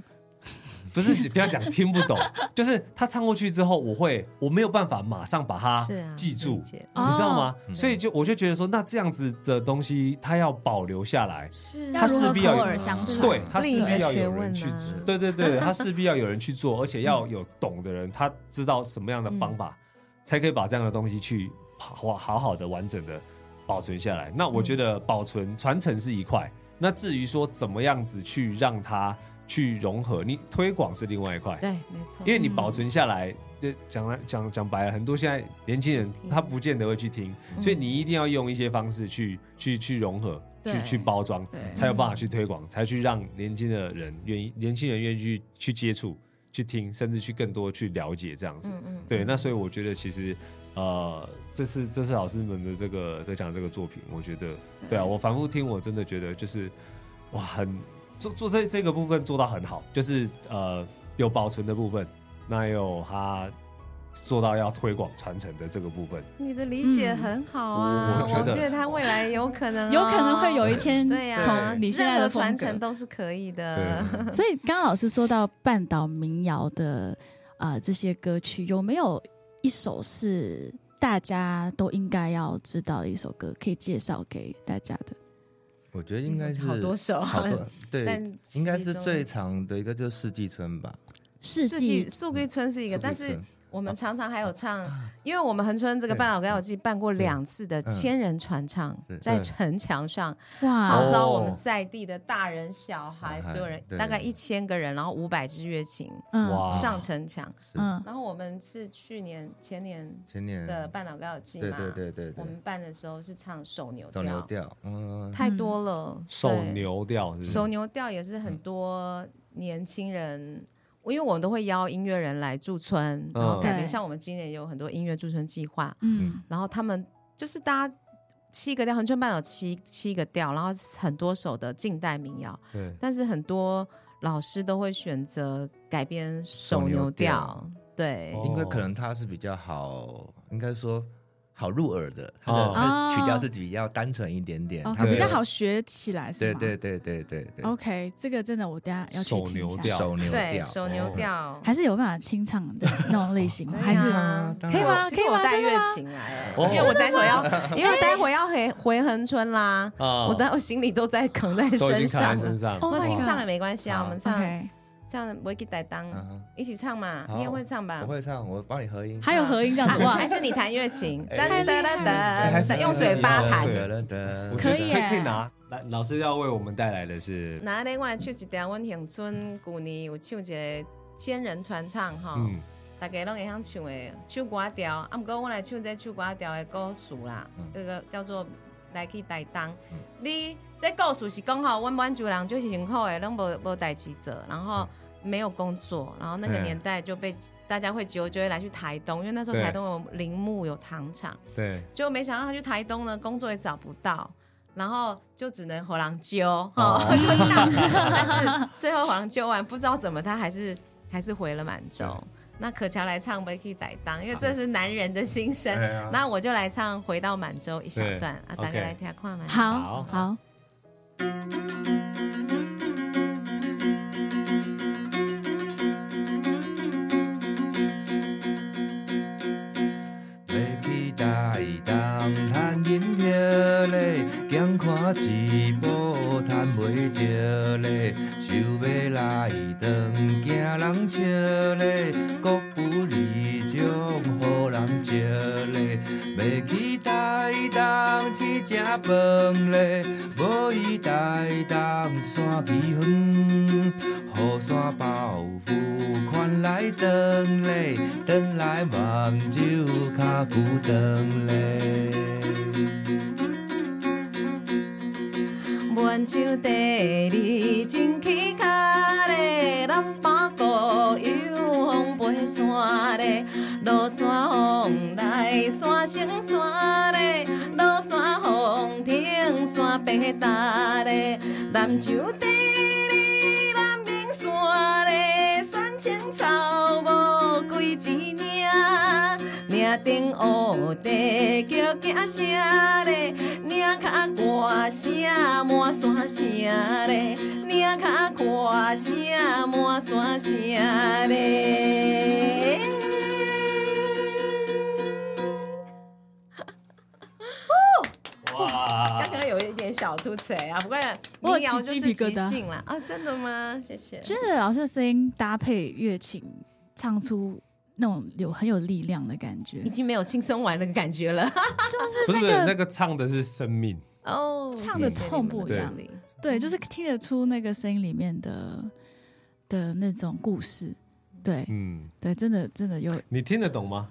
Speaker 3: 不是不要讲听不懂，就是他唱过去之后，我会我没有办法马上把它
Speaker 4: 是啊，
Speaker 3: 记住
Speaker 4: 理，解
Speaker 6: 哦
Speaker 3: 你知道吗？
Speaker 5: 嗯
Speaker 3: 所以就我就觉得说，那这样子的东西，它要保留下来，
Speaker 4: 是
Speaker 6: 要
Speaker 3: 他
Speaker 6: 啊如
Speaker 3: 势
Speaker 6: 何
Speaker 3: 必要
Speaker 6: 口
Speaker 3: 有
Speaker 6: 耳相
Speaker 4: 啊
Speaker 6: 传？
Speaker 3: 对，它势
Speaker 4: 另一
Speaker 3: 必
Speaker 4: 个
Speaker 3: 要
Speaker 4: 学
Speaker 3: 有人
Speaker 4: 问
Speaker 3: 去
Speaker 4: 啊
Speaker 3: 做，对对 对，它势必要有人去做，而且要有懂的人，他知道什么样的方法，
Speaker 4: 嗯
Speaker 3: 才可以把这样的东西去好好好的完整的保存下来。
Speaker 4: 嗯
Speaker 3: 那我觉得保存传承是一块，那至于说怎么样子去让它去融合，你推广是另外一块，
Speaker 4: 对，没错，嗯
Speaker 3: 因为你保存下来，就讲来讲讲白了，很多现在年轻人
Speaker 4: 听
Speaker 3: 他不见得会去听，所
Speaker 4: 嗯
Speaker 3: 以你一定要用一些方式去去去融合，去
Speaker 6: 对嗯
Speaker 3: 去包装，
Speaker 6: 对
Speaker 3: 才有办法去推广，才去让年轻的人愿意，年轻人愿意去去接触、去听，甚至去更多去了解这样子。
Speaker 4: 嗯嗯，
Speaker 3: 对，那所以我觉得其实，呃，这是这是老师们的这个在讲这个作品，我觉得
Speaker 6: 嗯
Speaker 3: 对啊，我反复听，我真的觉得就是哇，很做做这这个部分做到很好，就是呃有保存的部分，那也有他做到要推广传承的这个部分。
Speaker 4: 你的理解很好啊，
Speaker 3: 我
Speaker 4: 我
Speaker 3: 我觉得
Speaker 4: 得他未来有可能哦，
Speaker 6: 嗯有可能会有一天
Speaker 4: 对呀
Speaker 6: 从你现在
Speaker 4: 任
Speaker 6: 的
Speaker 4: 何
Speaker 6: 风
Speaker 4: 传
Speaker 6: 格
Speaker 4: 承都是可以的。
Speaker 3: 对，
Speaker 6: 所以刚刚老师说到半岛民谣的呃这些歌曲，有没有一首是大家都应该要知道的一首歌，可以介绍给大家的？
Speaker 5: 我觉得应 该是
Speaker 4: 好多首
Speaker 5: 好多
Speaker 4: 但
Speaker 5: 对，
Speaker 4: 其
Speaker 5: 应该是
Speaker 4: 中
Speaker 5: 最长的一个就是四季春吧，
Speaker 6: 世
Speaker 4: 四季
Speaker 6: 纪
Speaker 4: 素归村是一个，
Speaker 5: 四季
Speaker 4: 但是
Speaker 5: 春啊
Speaker 4: 我们常常还有唱，因为我们恒春这个
Speaker 5: 对
Speaker 4: 半岛歌谣季办过两次的
Speaker 5: 嗯
Speaker 4: 千人传唱
Speaker 5: 对，
Speaker 4: 在
Speaker 3: 对
Speaker 4: 城墙上
Speaker 6: 哇
Speaker 4: 号
Speaker 3: 哦
Speaker 4: 召我们在地的大人、小孩、
Speaker 5: 小孩
Speaker 4: 所有人，
Speaker 5: 对啊
Speaker 4: 大概一千个人，然后五百支乐琴
Speaker 6: 嗯
Speaker 3: 哇
Speaker 4: 上城墙。
Speaker 5: 是
Speaker 6: 嗯
Speaker 4: 然后我们是去年、前年
Speaker 5: 前年
Speaker 4: 的半岛歌谣季
Speaker 5: 对
Speaker 4: 嘛，
Speaker 5: 对对对对
Speaker 4: 我们，办的时候是唱手牛
Speaker 5: 走牛
Speaker 4: 调，
Speaker 5: 调，嗯，
Speaker 4: 太多了，
Speaker 3: 手
Speaker 4: 对
Speaker 3: 牛调是不是
Speaker 4: 手牛调也是很多年轻人，因为我们都会邀音乐人来驻村，然后感觉
Speaker 6: 对
Speaker 4: 像我们今年也有很多音乐驻村计划，
Speaker 6: 嗯
Speaker 4: 然后他们就是搭七个调，横春半岛七七个调，然后很多首的近代民谣，
Speaker 3: 对
Speaker 4: 但是很多老师都会选择改编手牛调，对，
Speaker 3: 哦
Speaker 5: 因为可能它是比较好，应该说好入耳的，它
Speaker 3: 哦
Speaker 5: 的它的曲调是比较单纯一点点，它
Speaker 6: ，OK，
Speaker 5: 没有
Speaker 6: 哦比较好学起来是
Speaker 5: 对嗯
Speaker 6: 吗？哦
Speaker 5: 对对对对对，
Speaker 6: OK，这个真的我等一下要去
Speaker 3: 手
Speaker 6: 听一
Speaker 3: 牛
Speaker 6: 下，
Speaker 3: 调
Speaker 5: 手牛
Speaker 4: 对
Speaker 5: 调，
Speaker 4: 手牛调。
Speaker 6: 还是有办法清唱的那种类型吗？
Speaker 4: 对啊
Speaker 6: 还是
Speaker 5: 当
Speaker 6: 可以
Speaker 5: 然
Speaker 6: 吗？
Speaker 4: 其
Speaker 6: 可
Speaker 4: 实
Speaker 6: 以
Speaker 4: 我
Speaker 6: 吗？
Speaker 4: 带
Speaker 6: 真的
Speaker 4: 乐
Speaker 6: 吗？
Speaker 4: 琴来了，
Speaker 3: 哦
Speaker 4: 因为我待会要，因为我待会要回回恒春啦，
Speaker 3: 啊
Speaker 4: 我的我行李都在扛在
Speaker 3: 都已
Speaker 4: 身
Speaker 3: 经扛在，
Speaker 4: 上
Speaker 3: 身上，
Speaker 6: Oh
Speaker 4: 那
Speaker 6: my
Speaker 4: 清
Speaker 6: god
Speaker 4: 唱也没关系啊，
Speaker 3: 好
Speaker 4: 我们唱
Speaker 6: OK，
Speaker 4: 唱《维基歹当
Speaker 5: 嗯》哼，
Speaker 4: 一起唱嘛，
Speaker 5: 好
Speaker 4: 你也会唱吧
Speaker 5: 我？会唱，我帮你合音，
Speaker 6: 还有合音这样子
Speaker 4: 啊
Speaker 6: 哇
Speaker 4: 还，是你弹乐琴？
Speaker 5: 哎
Speaker 4: 哒哒哒哒
Speaker 6: 哎
Speaker 4: 哒，用嘴巴弹
Speaker 3: 对。我觉
Speaker 6: 可
Speaker 3: 得
Speaker 6: 以
Speaker 3: 可以
Speaker 6: 耶
Speaker 3: 可以拿。来，老师要为我们带来的是，
Speaker 4: 那咧，我来唱一条，阮恒春旧年有唱一个千人传唱吼，
Speaker 3: 嗯，
Speaker 4: 大家拢会晓唱的唱歌调。啊，毋过我来唱这唱歌调的故事啦
Speaker 5: 嗯，
Speaker 4: 这个叫做。来去台东
Speaker 5: 嗯，
Speaker 4: 你这故事是讲吼，阮满族人
Speaker 5: 嗯
Speaker 4: 就是辛苦的，拢无无代志做，然后没有工作，然后那个
Speaker 3: 嗯
Speaker 4: 年代就被大家会久久会来去台东，因为那时候
Speaker 3: 对
Speaker 4: 台东有林木有糖厂，
Speaker 3: 对，
Speaker 4: 就没想到他去台东呢，工作也找不到，然后就只能火狼揪
Speaker 3: 哦
Speaker 4: 哦，就这
Speaker 6: 嗯
Speaker 4: 样。但是最后火狼揪完，不知道怎么他还是还是回了满洲。那可乔来唱《Becky 歹当》，因为这是男人的哎心声。那、我就来唱《回到满洲》一小段啊，
Speaker 3: OK
Speaker 4: 大家来听下看嘛。
Speaker 6: 好好，
Speaker 5: 要去台东趁银票嘞，咸看一步趁袂着嘞，想要来长惊人笑嘞，国富二种予人笑嘞，要去台东去食饭嘞，无伊台东山崎远。雨伞包袱款来转嘞，转来万州脚骨转嘞。
Speaker 4: 满洲第二真起卡嘞，南巴国有风飞山嘞，落山风来山成山嘞，落山风停山白搭嘞，南洲第二南明山嘞，山青草木归一领。领顶乌地叫行声嘞，领脚歌声满山声嘞，领脚歌声满山声嘞。
Speaker 3: 哇
Speaker 4: 刚刚有一点小吐词啊，不过
Speaker 6: 我有
Speaker 4: 民谣
Speaker 6: 起
Speaker 4: 就
Speaker 6: 鸡
Speaker 4: 是
Speaker 6: 皮疙
Speaker 4: 即
Speaker 6: 瘩
Speaker 4: 兴啦。啊，真的吗？谢谢。
Speaker 6: 真的老师的声音搭配乐琴，唱出那种有很有力量的感觉
Speaker 4: 已，经没有轻松玩那个感觉了
Speaker 6: 就是
Speaker 3: 不是
Speaker 6: 那
Speaker 3: 不是
Speaker 6: 个
Speaker 3: 那个唱的是生命，
Speaker 4: 哦，
Speaker 6: 唱得
Speaker 4: 谢谢你
Speaker 6: 痛
Speaker 4: 们的
Speaker 6: 不一
Speaker 3: 样
Speaker 4: 鼓励
Speaker 6: 对，就是听得出那个声音里面的的那种故事。对
Speaker 3: 嗯，
Speaker 6: 对，真的真的有，
Speaker 3: 你听得懂吗？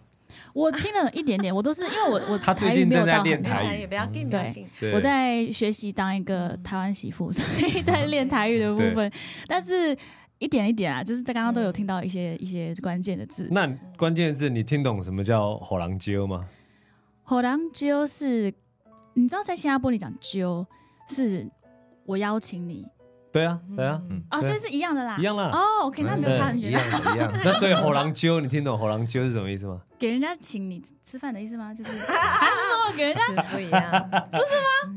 Speaker 6: 我听了一点点，我都是因为我我
Speaker 3: 他最
Speaker 6: 台语
Speaker 3: 近
Speaker 6: 没有
Speaker 3: 正在
Speaker 6: 到
Speaker 3: 练
Speaker 6: 很
Speaker 4: 没
Speaker 6: 好
Speaker 4: 有
Speaker 3: 台
Speaker 4: 啦
Speaker 3: 语
Speaker 4: 也不要紧，不要
Speaker 6: 对
Speaker 4: 紧。
Speaker 3: 对
Speaker 6: 我在学习当一个台湾媳妇，所 以在练台语的部
Speaker 3: 嗯
Speaker 6: 分，但是一点一点啊，就是在刚刚
Speaker 4: 嗯
Speaker 6: 都有听到一些一些关键的字。
Speaker 3: 那关键是你听懂什么叫火狼鸠吗？
Speaker 6: 火狼鸠是，你知道在新加坡你讲鸠是我邀请你
Speaker 3: 对啊，对啊，
Speaker 4: 嗯
Speaker 6: 哦，
Speaker 3: 对
Speaker 6: 所以是一样的啦，
Speaker 3: 一样啦。
Speaker 6: 哦，OK，那没有差很
Speaker 5: 一
Speaker 6: 远
Speaker 5: 样，的一样
Speaker 3: 那所以火狼鸠，你听懂火狼鸠是什么意思吗？
Speaker 6: 给人家请你吃饭的意思吗？就是 还是说给人家？
Speaker 4: 是不一样，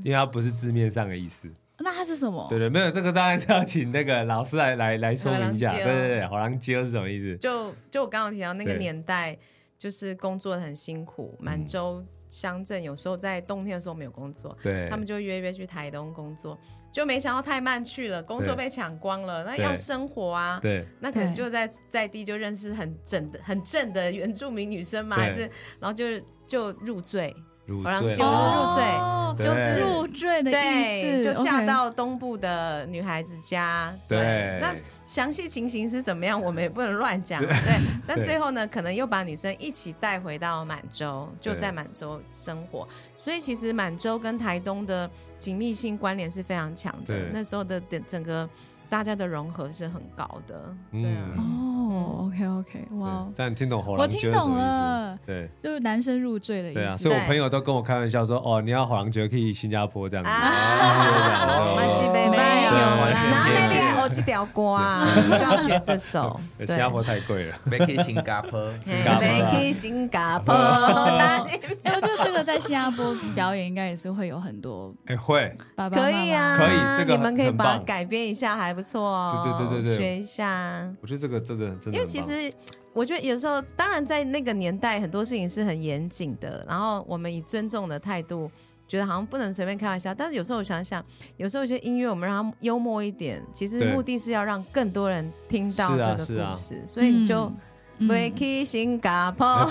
Speaker 3: 因为它不是字面上的意思。
Speaker 6: 那它是什么？
Speaker 3: 对对，没有这个当然是要请那个老师来来来说明一下。
Speaker 4: 火
Speaker 3: 对
Speaker 4: 狼鸠
Speaker 3: 对对，火狼鸠是什么意思？
Speaker 4: 就就我刚刚提到那个
Speaker 3: 对嗯
Speaker 4: 年代，就是工作得很辛苦，满洲乡镇有时候在冬天的时候没有工作，
Speaker 3: 对，
Speaker 4: 他们就约约去台东工作，就没想到太慢去了，工作
Speaker 3: 对
Speaker 4: 被抢光了，那
Speaker 3: 对
Speaker 4: 要生活啊。
Speaker 3: 对
Speaker 4: 那可能
Speaker 6: 对
Speaker 4: 就在在地就认识很正的、很正的原住民女生嘛，
Speaker 3: 对
Speaker 4: 还是然后就就入赘，
Speaker 3: 入
Speaker 4: 火狼
Speaker 3: 赘
Speaker 4: 鸠
Speaker 3: 了
Speaker 4: 入赘
Speaker 6: 哦
Speaker 3: 对
Speaker 4: 就是
Speaker 6: 入赘的意
Speaker 4: 对，
Speaker 6: 思，
Speaker 4: 就
Speaker 6: OK
Speaker 4: 嫁到东部的女孩子家。
Speaker 3: 对
Speaker 4: 那详细情形是怎么样，我们也不能乱讲。对， 但
Speaker 3: 对
Speaker 4: 最后呢，可能又把女生一起带回到满洲，就
Speaker 3: 对
Speaker 4: 在满洲生活。所以其实满洲跟台东的紧密性关联是非常强的
Speaker 3: 对。
Speaker 4: 那时候的整整个大家的融合是很高的。
Speaker 3: 嗯
Speaker 4: 对啊，
Speaker 6: 哦，OK OK，哇
Speaker 3: 对
Speaker 6: 哦，
Speaker 3: 这样你听懂火狼鸠是什
Speaker 6: 我听懂
Speaker 3: 么意
Speaker 6: 了
Speaker 3: 思？对
Speaker 6: 就是男生入赘的意思。
Speaker 3: 对啊，所以我
Speaker 4: 对
Speaker 3: 朋友都跟我开玩笑说，哦，你要火狼鸠可以新加坡这样子。哎
Speaker 4: Ờ, 啊，马西北拜
Speaker 3: 嗯对
Speaker 4: 哦
Speaker 3: 我，先
Speaker 4: 然后那
Speaker 5: 谢谢
Speaker 4: 里我这条歌啊，就要学这 首。
Speaker 3: 对
Speaker 4: 对
Speaker 3: 新加坡太贵了。
Speaker 5: 别去新加坡，
Speaker 4: 嘿
Speaker 3: 加坡啦
Speaker 4: 要去新加坡，
Speaker 6: 哎，我觉得这个在新加坡表演应该也是会有很多
Speaker 3: 哎，会，
Speaker 6: 爸爸妈
Speaker 4: 可
Speaker 6: 妈
Speaker 4: 以啊，
Speaker 3: 可以这个
Speaker 4: 你们可以
Speaker 3: 很
Speaker 4: 把它
Speaker 3: 棒
Speaker 4: 改编一下，还不错哦。
Speaker 3: 对对对对对
Speaker 4: 学一下，
Speaker 3: 我觉得这个真的真的很棒，
Speaker 4: 因为其实。我觉得有时候，当然在那个年代，很多事情是很严谨的。然后我们以尊重的态度，觉得好像不能随便开玩笑。但是有时候我想想，有时候有些音乐我们让它幽默一点，其实
Speaker 3: 对
Speaker 4: 目的是要让更多人听到
Speaker 3: 是
Speaker 4: 这
Speaker 3: 啊
Speaker 4: 个故
Speaker 3: 是
Speaker 4: 事。
Speaker 3: 啊
Speaker 4: 所以你就
Speaker 6: 嗯
Speaker 4: b r e a k 新加坡
Speaker 3: 啊，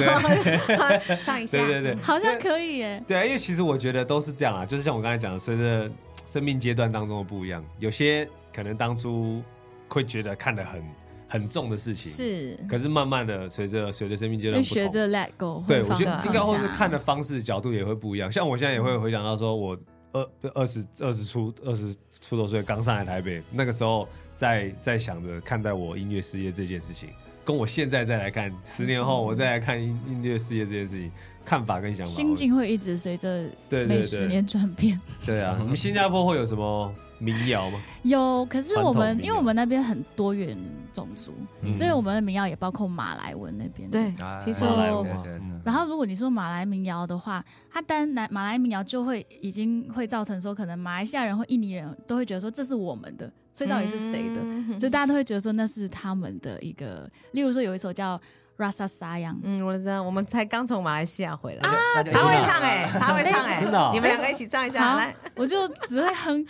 Speaker 4: 唱一 下。
Speaker 3: 对对对，
Speaker 6: 好像可以耶。
Speaker 3: 对啊，因为其实我觉得都是这样啊，就是像我刚才讲的，随着生命阶段当中的不一样，有些可能当初会觉得看得很很重的事情，，
Speaker 4: 是
Speaker 3: 可是慢慢的随着随着生命阶
Speaker 6: 就
Speaker 3: 段不
Speaker 6: 学
Speaker 3: 同，
Speaker 6: 着 let go，
Speaker 3: 对
Speaker 6: 会
Speaker 3: 我
Speaker 6: 放
Speaker 3: 觉
Speaker 6: 下
Speaker 3: 得应该或是看的方式角度也会不一样。像我现在也会回想到说，我二二十二十出二十出头岁刚上来台北，那个时候在在想着看待我音乐事业这件事情，跟我现在再来看，十年后
Speaker 6: 嗯
Speaker 3: 我再来看音音乐世界这件事情，看法跟想法，
Speaker 6: 心境会一直随着
Speaker 3: 对对
Speaker 6: 每十
Speaker 3: 对，
Speaker 6: 年转变。
Speaker 3: 对 啊，你们新加坡会有什么民谣吗？
Speaker 6: 有，可是
Speaker 3: 传
Speaker 6: 我
Speaker 3: 统
Speaker 6: 们
Speaker 3: 民
Speaker 6: 因为我们那边很多元种族，
Speaker 3: 嗯
Speaker 6: 所以我们的民谣也包括马来文那边。
Speaker 4: 对。，听说
Speaker 3: 马来文
Speaker 5: 对
Speaker 3: 吗
Speaker 5: 对
Speaker 3: 嗯
Speaker 6: 然后，如果你说马来民谣的话，它单来马来民谣就会已经会造成说，可能马来西亚人或印尼人都会觉得说这是我们的，所以到底是谁的？
Speaker 4: 嗯
Speaker 6: 所以大家都会觉得说那是他们的一个。例如说有一首叫《Rasa Sayang》，
Speaker 4: 嗯，我知道，我们才刚从马来西亚回来。
Speaker 5: 大家
Speaker 4: 他会
Speaker 5: 知道
Speaker 4: 唱哎、他会唱哎、
Speaker 3: 真的啊
Speaker 4: 你们两个一起唱一下
Speaker 6: 好
Speaker 4: 来。
Speaker 6: 我就只会 哼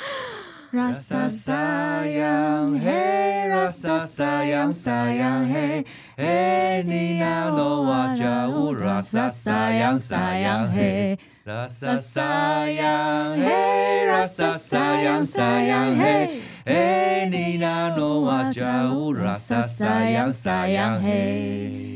Speaker 5: Rasa
Speaker 6: Rasa
Speaker 5: sayang, hey,
Speaker 6: Sayang Hey
Speaker 5: rasa
Speaker 6: Rasa
Speaker 5: sayang, sayang,
Speaker 6: Sayang Sayang
Speaker 5: hey,
Speaker 6: Hey
Speaker 5: hey,
Speaker 6: Hey
Speaker 5: ni
Speaker 6: Ni
Speaker 5: na
Speaker 6: na
Speaker 5: no
Speaker 6: no
Speaker 5: wa
Speaker 6: wa
Speaker 5: ja
Speaker 6: ja
Speaker 5: u
Speaker 6: u
Speaker 5: rasa sayang,
Speaker 6: Rasa Sayang
Speaker 5: sayang,
Speaker 6: Sayang
Speaker 5: hey.
Speaker 6: Hey
Speaker 5: Rasa sayang, hey, rasa sayang, sayang, hey, hey, ni na no wa ja u rasa sayang, sayang, hey.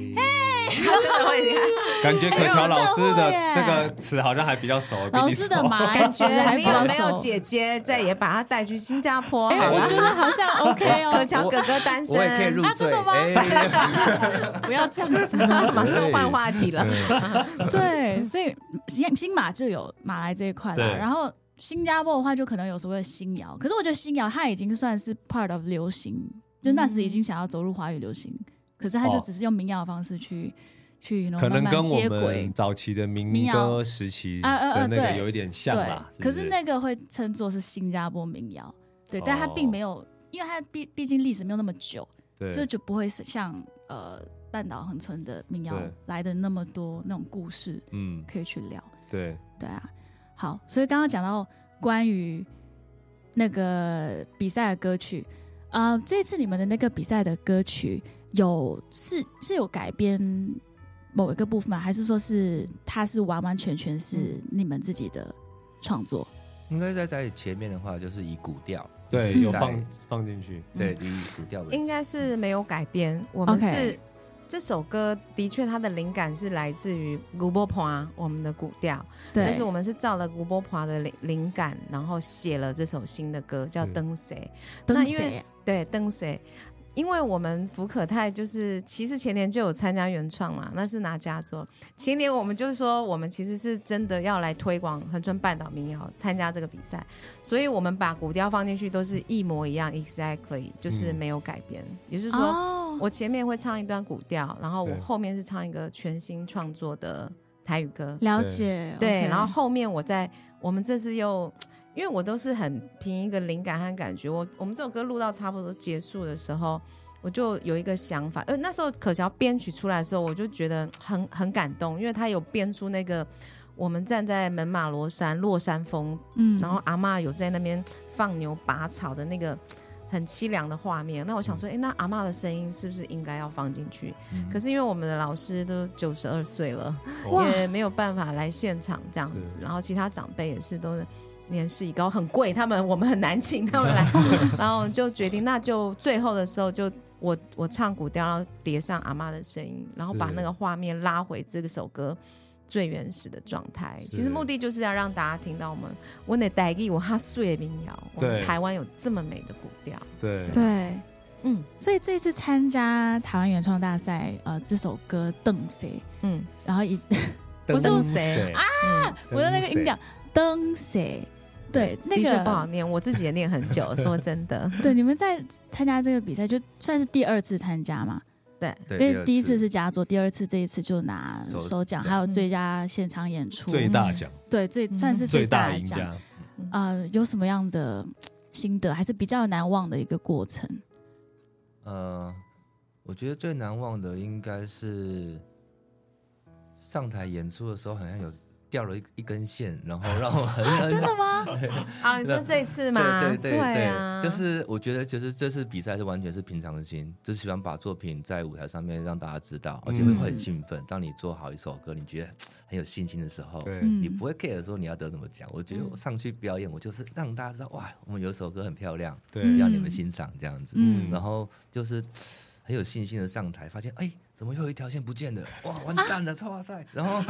Speaker 4: 他真的会厉害，
Speaker 3: 感觉可乔老师
Speaker 6: 哎我真的
Speaker 3: 的
Speaker 6: 会耶
Speaker 3: 那个词好像还比较熟，比你
Speaker 6: 老师的
Speaker 3: 熟
Speaker 6: 马来
Speaker 4: 感
Speaker 6: 词
Speaker 4: 觉
Speaker 6: 还
Speaker 4: 你
Speaker 6: 比
Speaker 4: 有
Speaker 6: 较
Speaker 4: 没有
Speaker 6: 熟。
Speaker 4: 姐姐再也把他带去新加坡
Speaker 6: 哎，
Speaker 4: 好
Speaker 6: 我
Speaker 4: 了
Speaker 6: 觉？得好像 OK
Speaker 4: 可
Speaker 6: 哦，
Speaker 4: 乔哥哥单身，
Speaker 5: 我也可以入
Speaker 6: 啊
Speaker 5: 赘，
Speaker 6: 真的吗
Speaker 5: 哎
Speaker 6: 不要这样子。
Speaker 4: 马上换话题了。
Speaker 6: 对，所以新新马就有马来这一块啦，
Speaker 3: 对
Speaker 6: 然后新加坡的话就可能有所谓的新谣，可是我觉得新谣它已经算是 part of 流行，就那时已经想要走入华语流行，可是它就
Speaker 3: 哦
Speaker 6: 只是用民谣的方式去去
Speaker 3: 嗯可能
Speaker 6: 慢
Speaker 3: 跟我
Speaker 6: 慢接
Speaker 3: 们
Speaker 6: 轨。
Speaker 3: 早期的
Speaker 6: 民
Speaker 3: 民
Speaker 6: 谣
Speaker 3: 歌时期
Speaker 6: 啊啊
Speaker 3: 的
Speaker 6: 啊
Speaker 3: 那个
Speaker 6: 对
Speaker 3: 有一点像
Speaker 6: 对
Speaker 3: 啦，，
Speaker 6: 可
Speaker 3: 是
Speaker 6: 是那个会称作是新加坡民谣，对，但
Speaker 3: 哦
Speaker 6: 它并没有，因为它毕毕竟历史没有那么久，
Speaker 3: 对
Speaker 6: 这就不会是像呃半岛恒村的民谣
Speaker 3: 对
Speaker 6: 来的那么多那种故事
Speaker 3: 嗯
Speaker 6: 可以去聊。
Speaker 3: 对
Speaker 6: 对啊，好，所以刚刚讲到关于那个比赛的歌曲，呃，这次你们的那个比赛的歌曲有是是有改编某一个部分吗？还是说是它是完完全全是
Speaker 4: 嗯
Speaker 6: 你们自己的创作？
Speaker 5: 应该在在前面的话，就是以古调，
Speaker 3: 对，
Speaker 5: 就是
Speaker 3: 有
Speaker 5: 在
Speaker 3: 放放进去，
Speaker 5: 对以古调为
Speaker 6: 嗯
Speaker 4: 应该是没有改编，我们
Speaker 6: OK
Speaker 4: 是这首歌的确它的灵感是来自于古波婆啊我们的古调，
Speaker 6: 对，
Speaker 4: 但是我们是照了古波婆的灵灵感，然后写了这首新的歌叫
Speaker 3: 嗯
Speaker 4: 《灯谁》。那
Speaker 6: 灯
Speaker 4: 因为
Speaker 6: 谁？啊
Speaker 4: 对，灯谁？因为我们福可泰就是，其实前年就有参加原创嘛，那是拿佳作。前年我们就是说，我们其实是真的要来推广恒春半岛民谣，参加这个比赛，所以我们把古调放进去都是一模一样，exactly，就是
Speaker 3: 嗯
Speaker 4: 没有改编。也就是说，
Speaker 6: 哦，
Speaker 4: 我前面会唱一段古调，然后我
Speaker 3: 对
Speaker 4: 后面是唱一个全新创作的台语歌，
Speaker 6: 了解，
Speaker 4: 对，
Speaker 6: OK
Speaker 4: 然后后面我在我们这次又，因为我都是很凭一个灵感和感觉，我我们这首歌录到差不多结束的时候，我就有一个想法，呃，那时候可乔编曲出来的时候，我就觉得很很感动，因为他有编出那个我们站在门马罗山落山风，
Speaker 6: 嗯
Speaker 4: 然后阿嬷有在那边放牛拔草的那个。很凄凉的画面，那我想说，
Speaker 6: 嗯
Speaker 4: 哎、那阿嬷的声音是不是应该要放进去？可是因为我们的老师都九十二岁了，
Speaker 6: 哇
Speaker 3: 哦
Speaker 4: 也没有办法来现场这样子
Speaker 3: 是，
Speaker 4: 然后其他长辈也是都年事已高，很贵，他们我们很难请 他们来，然后就决定那就最后的时候就我我唱古调，然后叠上阿妈的声音，然后把
Speaker 3: 是
Speaker 4: 那个画面拉回这个首歌。最原始的状态，其实
Speaker 3: 是
Speaker 4: 目的就是要让大家听到我们我的代语，我哈碎的民谣，我们
Speaker 3: 对
Speaker 4: 台湾有这么美的古调，
Speaker 3: 对
Speaker 6: 对。
Speaker 4: 嗯
Speaker 6: 所以这次参加台湾原创大赛，呃，这首歌《邓谁
Speaker 4: 嗯，》，
Speaker 6: 然后以
Speaker 3: 灯
Speaker 6: 我是啊
Speaker 3: 笼
Speaker 4: 谁
Speaker 3: 水
Speaker 4: 嗯
Speaker 6: 我的那个音调，灯谁？对，那
Speaker 4: 的确
Speaker 6: 个
Speaker 4: 不好念，我自己也念很久，说 真的，
Speaker 6: 对，你们在参加这个比赛，就算是第二次参加嘛，
Speaker 4: 对，
Speaker 5: 对，
Speaker 6: 因为第一次是佳作，第二次这一次就拿
Speaker 5: 首
Speaker 6: 首奖，
Speaker 5: 对
Speaker 6: 还有最佳现场演出，
Speaker 3: 最大奖，
Speaker 6: 对最
Speaker 4: 嗯
Speaker 6: 算是
Speaker 3: 最
Speaker 6: 大
Speaker 3: 大
Speaker 6: 的
Speaker 3: 赢
Speaker 6: 奖。
Speaker 3: 家，
Speaker 6: 呃，有什么样的心得，还是比较难忘的一个过程？
Speaker 5: 呃，我觉得最难忘的应该是上台演出的时候，好像有掉了一一根线，然后让我很很
Speaker 6: 真的吗？
Speaker 4: 啊，你说这一次吗？
Speaker 5: 对对对
Speaker 4: 啊，
Speaker 5: 就是我觉得，就是这次比赛是完全是平常心，只喜欢把作品在舞台上面让大家知道，而且会
Speaker 6: 嗯
Speaker 5: 很兴奋。当你做好一首歌，你觉得很有信心的时候，
Speaker 3: 对
Speaker 6: 嗯
Speaker 5: 你不会 care 说你要得什么奖。我觉得我上去表演，我就是让大家知道，哇，我们有一首歌很漂亮，
Speaker 6: 嗯
Speaker 3: 对
Speaker 5: 让你们欣赏这样子。
Speaker 6: 嗯
Speaker 5: 然后就是很有信心的上台，发现哎、怎么又有一条线不见了？哇，完蛋了，哇塞！然后，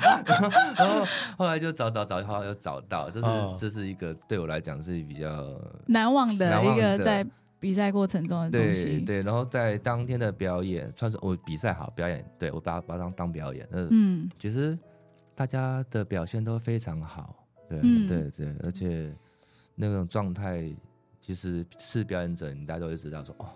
Speaker 5: 然后后来就找找找，后来又找到，这是、
Speaker 3: 哦
Speaker 5: 这是一个对我来讲是比较
Speaker 6: 难忘的
Speaker 5: 难
Speaker 6: 一
Speaker 5: 忘
Speaker 6: 个
Speaker 5: 的
Speaker 6: 在比赛过程中的东
Speaker 5: 对
Speaker 6: 西。
Speaker 5: 对，然后在当天的表演，算是我比赛好表演，对我把它把它当当表演，那
Speaker 6: 嗯，
Speaker 5: 其实大家的表现都非常好，对、
Speaker 6: 嗯
Speaker 5: 对对，而且那种状态，其实是表演者，你大家都会知道说，哦，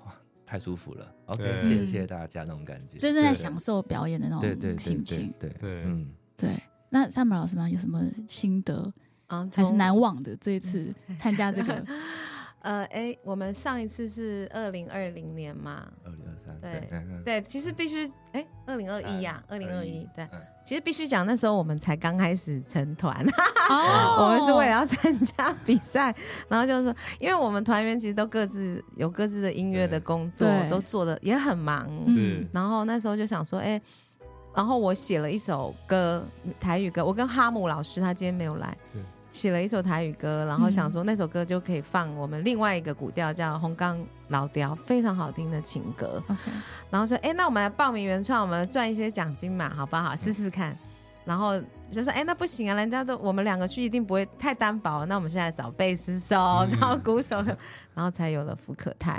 Speaker 5: 太舒服了，OK，
Speaker 3: 对
Speaker 5: 谢谢大家那种感觉，
Speaker 6: 真正在
Speaker 5: 对
Speaker 6: 享受表演的那
Speaker 5: 对对对
Speaker 6: 种心
Speaker 5: 对
Speaker 6: 情。
Speaker 5: 对
Speaker 3: 对
Speaker 5: 嗯，
Speaker 6: 对，那 Summer 老师嘛，有什么心得
Speaker 4: 啊，
Speaker 6: 还是
Speaker 4: 从嗯
Speaker 6: 难忘的？这一次参加这个，
Speaker 4: 呃，哎，我们上一次是二零二零年嘛，
Speaker 5: 二零二三，
Speaker 4: 对
Speaker 5: 对
Speaker 4: 对，其实必须哎，二零二一呀，二
Speaker 5: 三
Speaker 4: 零二一，对
Speaker 5: 嗯，
Speaker 4: 其实必须讲那时候我们才刚开始成团，
Speaker 6: 哦
Speaker 4: 我们是为了 要参加比赛，然后就是说因为我们团员其实都各自有各自的音乐的
Speaker 3: 对
Speaker 4: 工作
Speaker 6: 对，嗯
Speaker 4: 都做的也很忙，
Speaker 3: 是
Speaker 4: 然后那时候就想说，哎、然后我写了一首歌，台语歌，我跟哈姆老师他今天没有来
Speaker 3: 对，
Speaker 4: 写了一首台语歌，然后想说那首歌就可以放我们另外一个古调叫红冈老调，非常好听的情歌。
Speaker 6: OK，
Speaker 4: 然后说，哎，那我们来报名原创，我们赚一些奖金嘛，好不好？试试看。然后就说，哎，那不行啊，人家都我们两个去一定不会太单薄，那我们现在找贝斯手，找鼓手，然后才有了福可泰。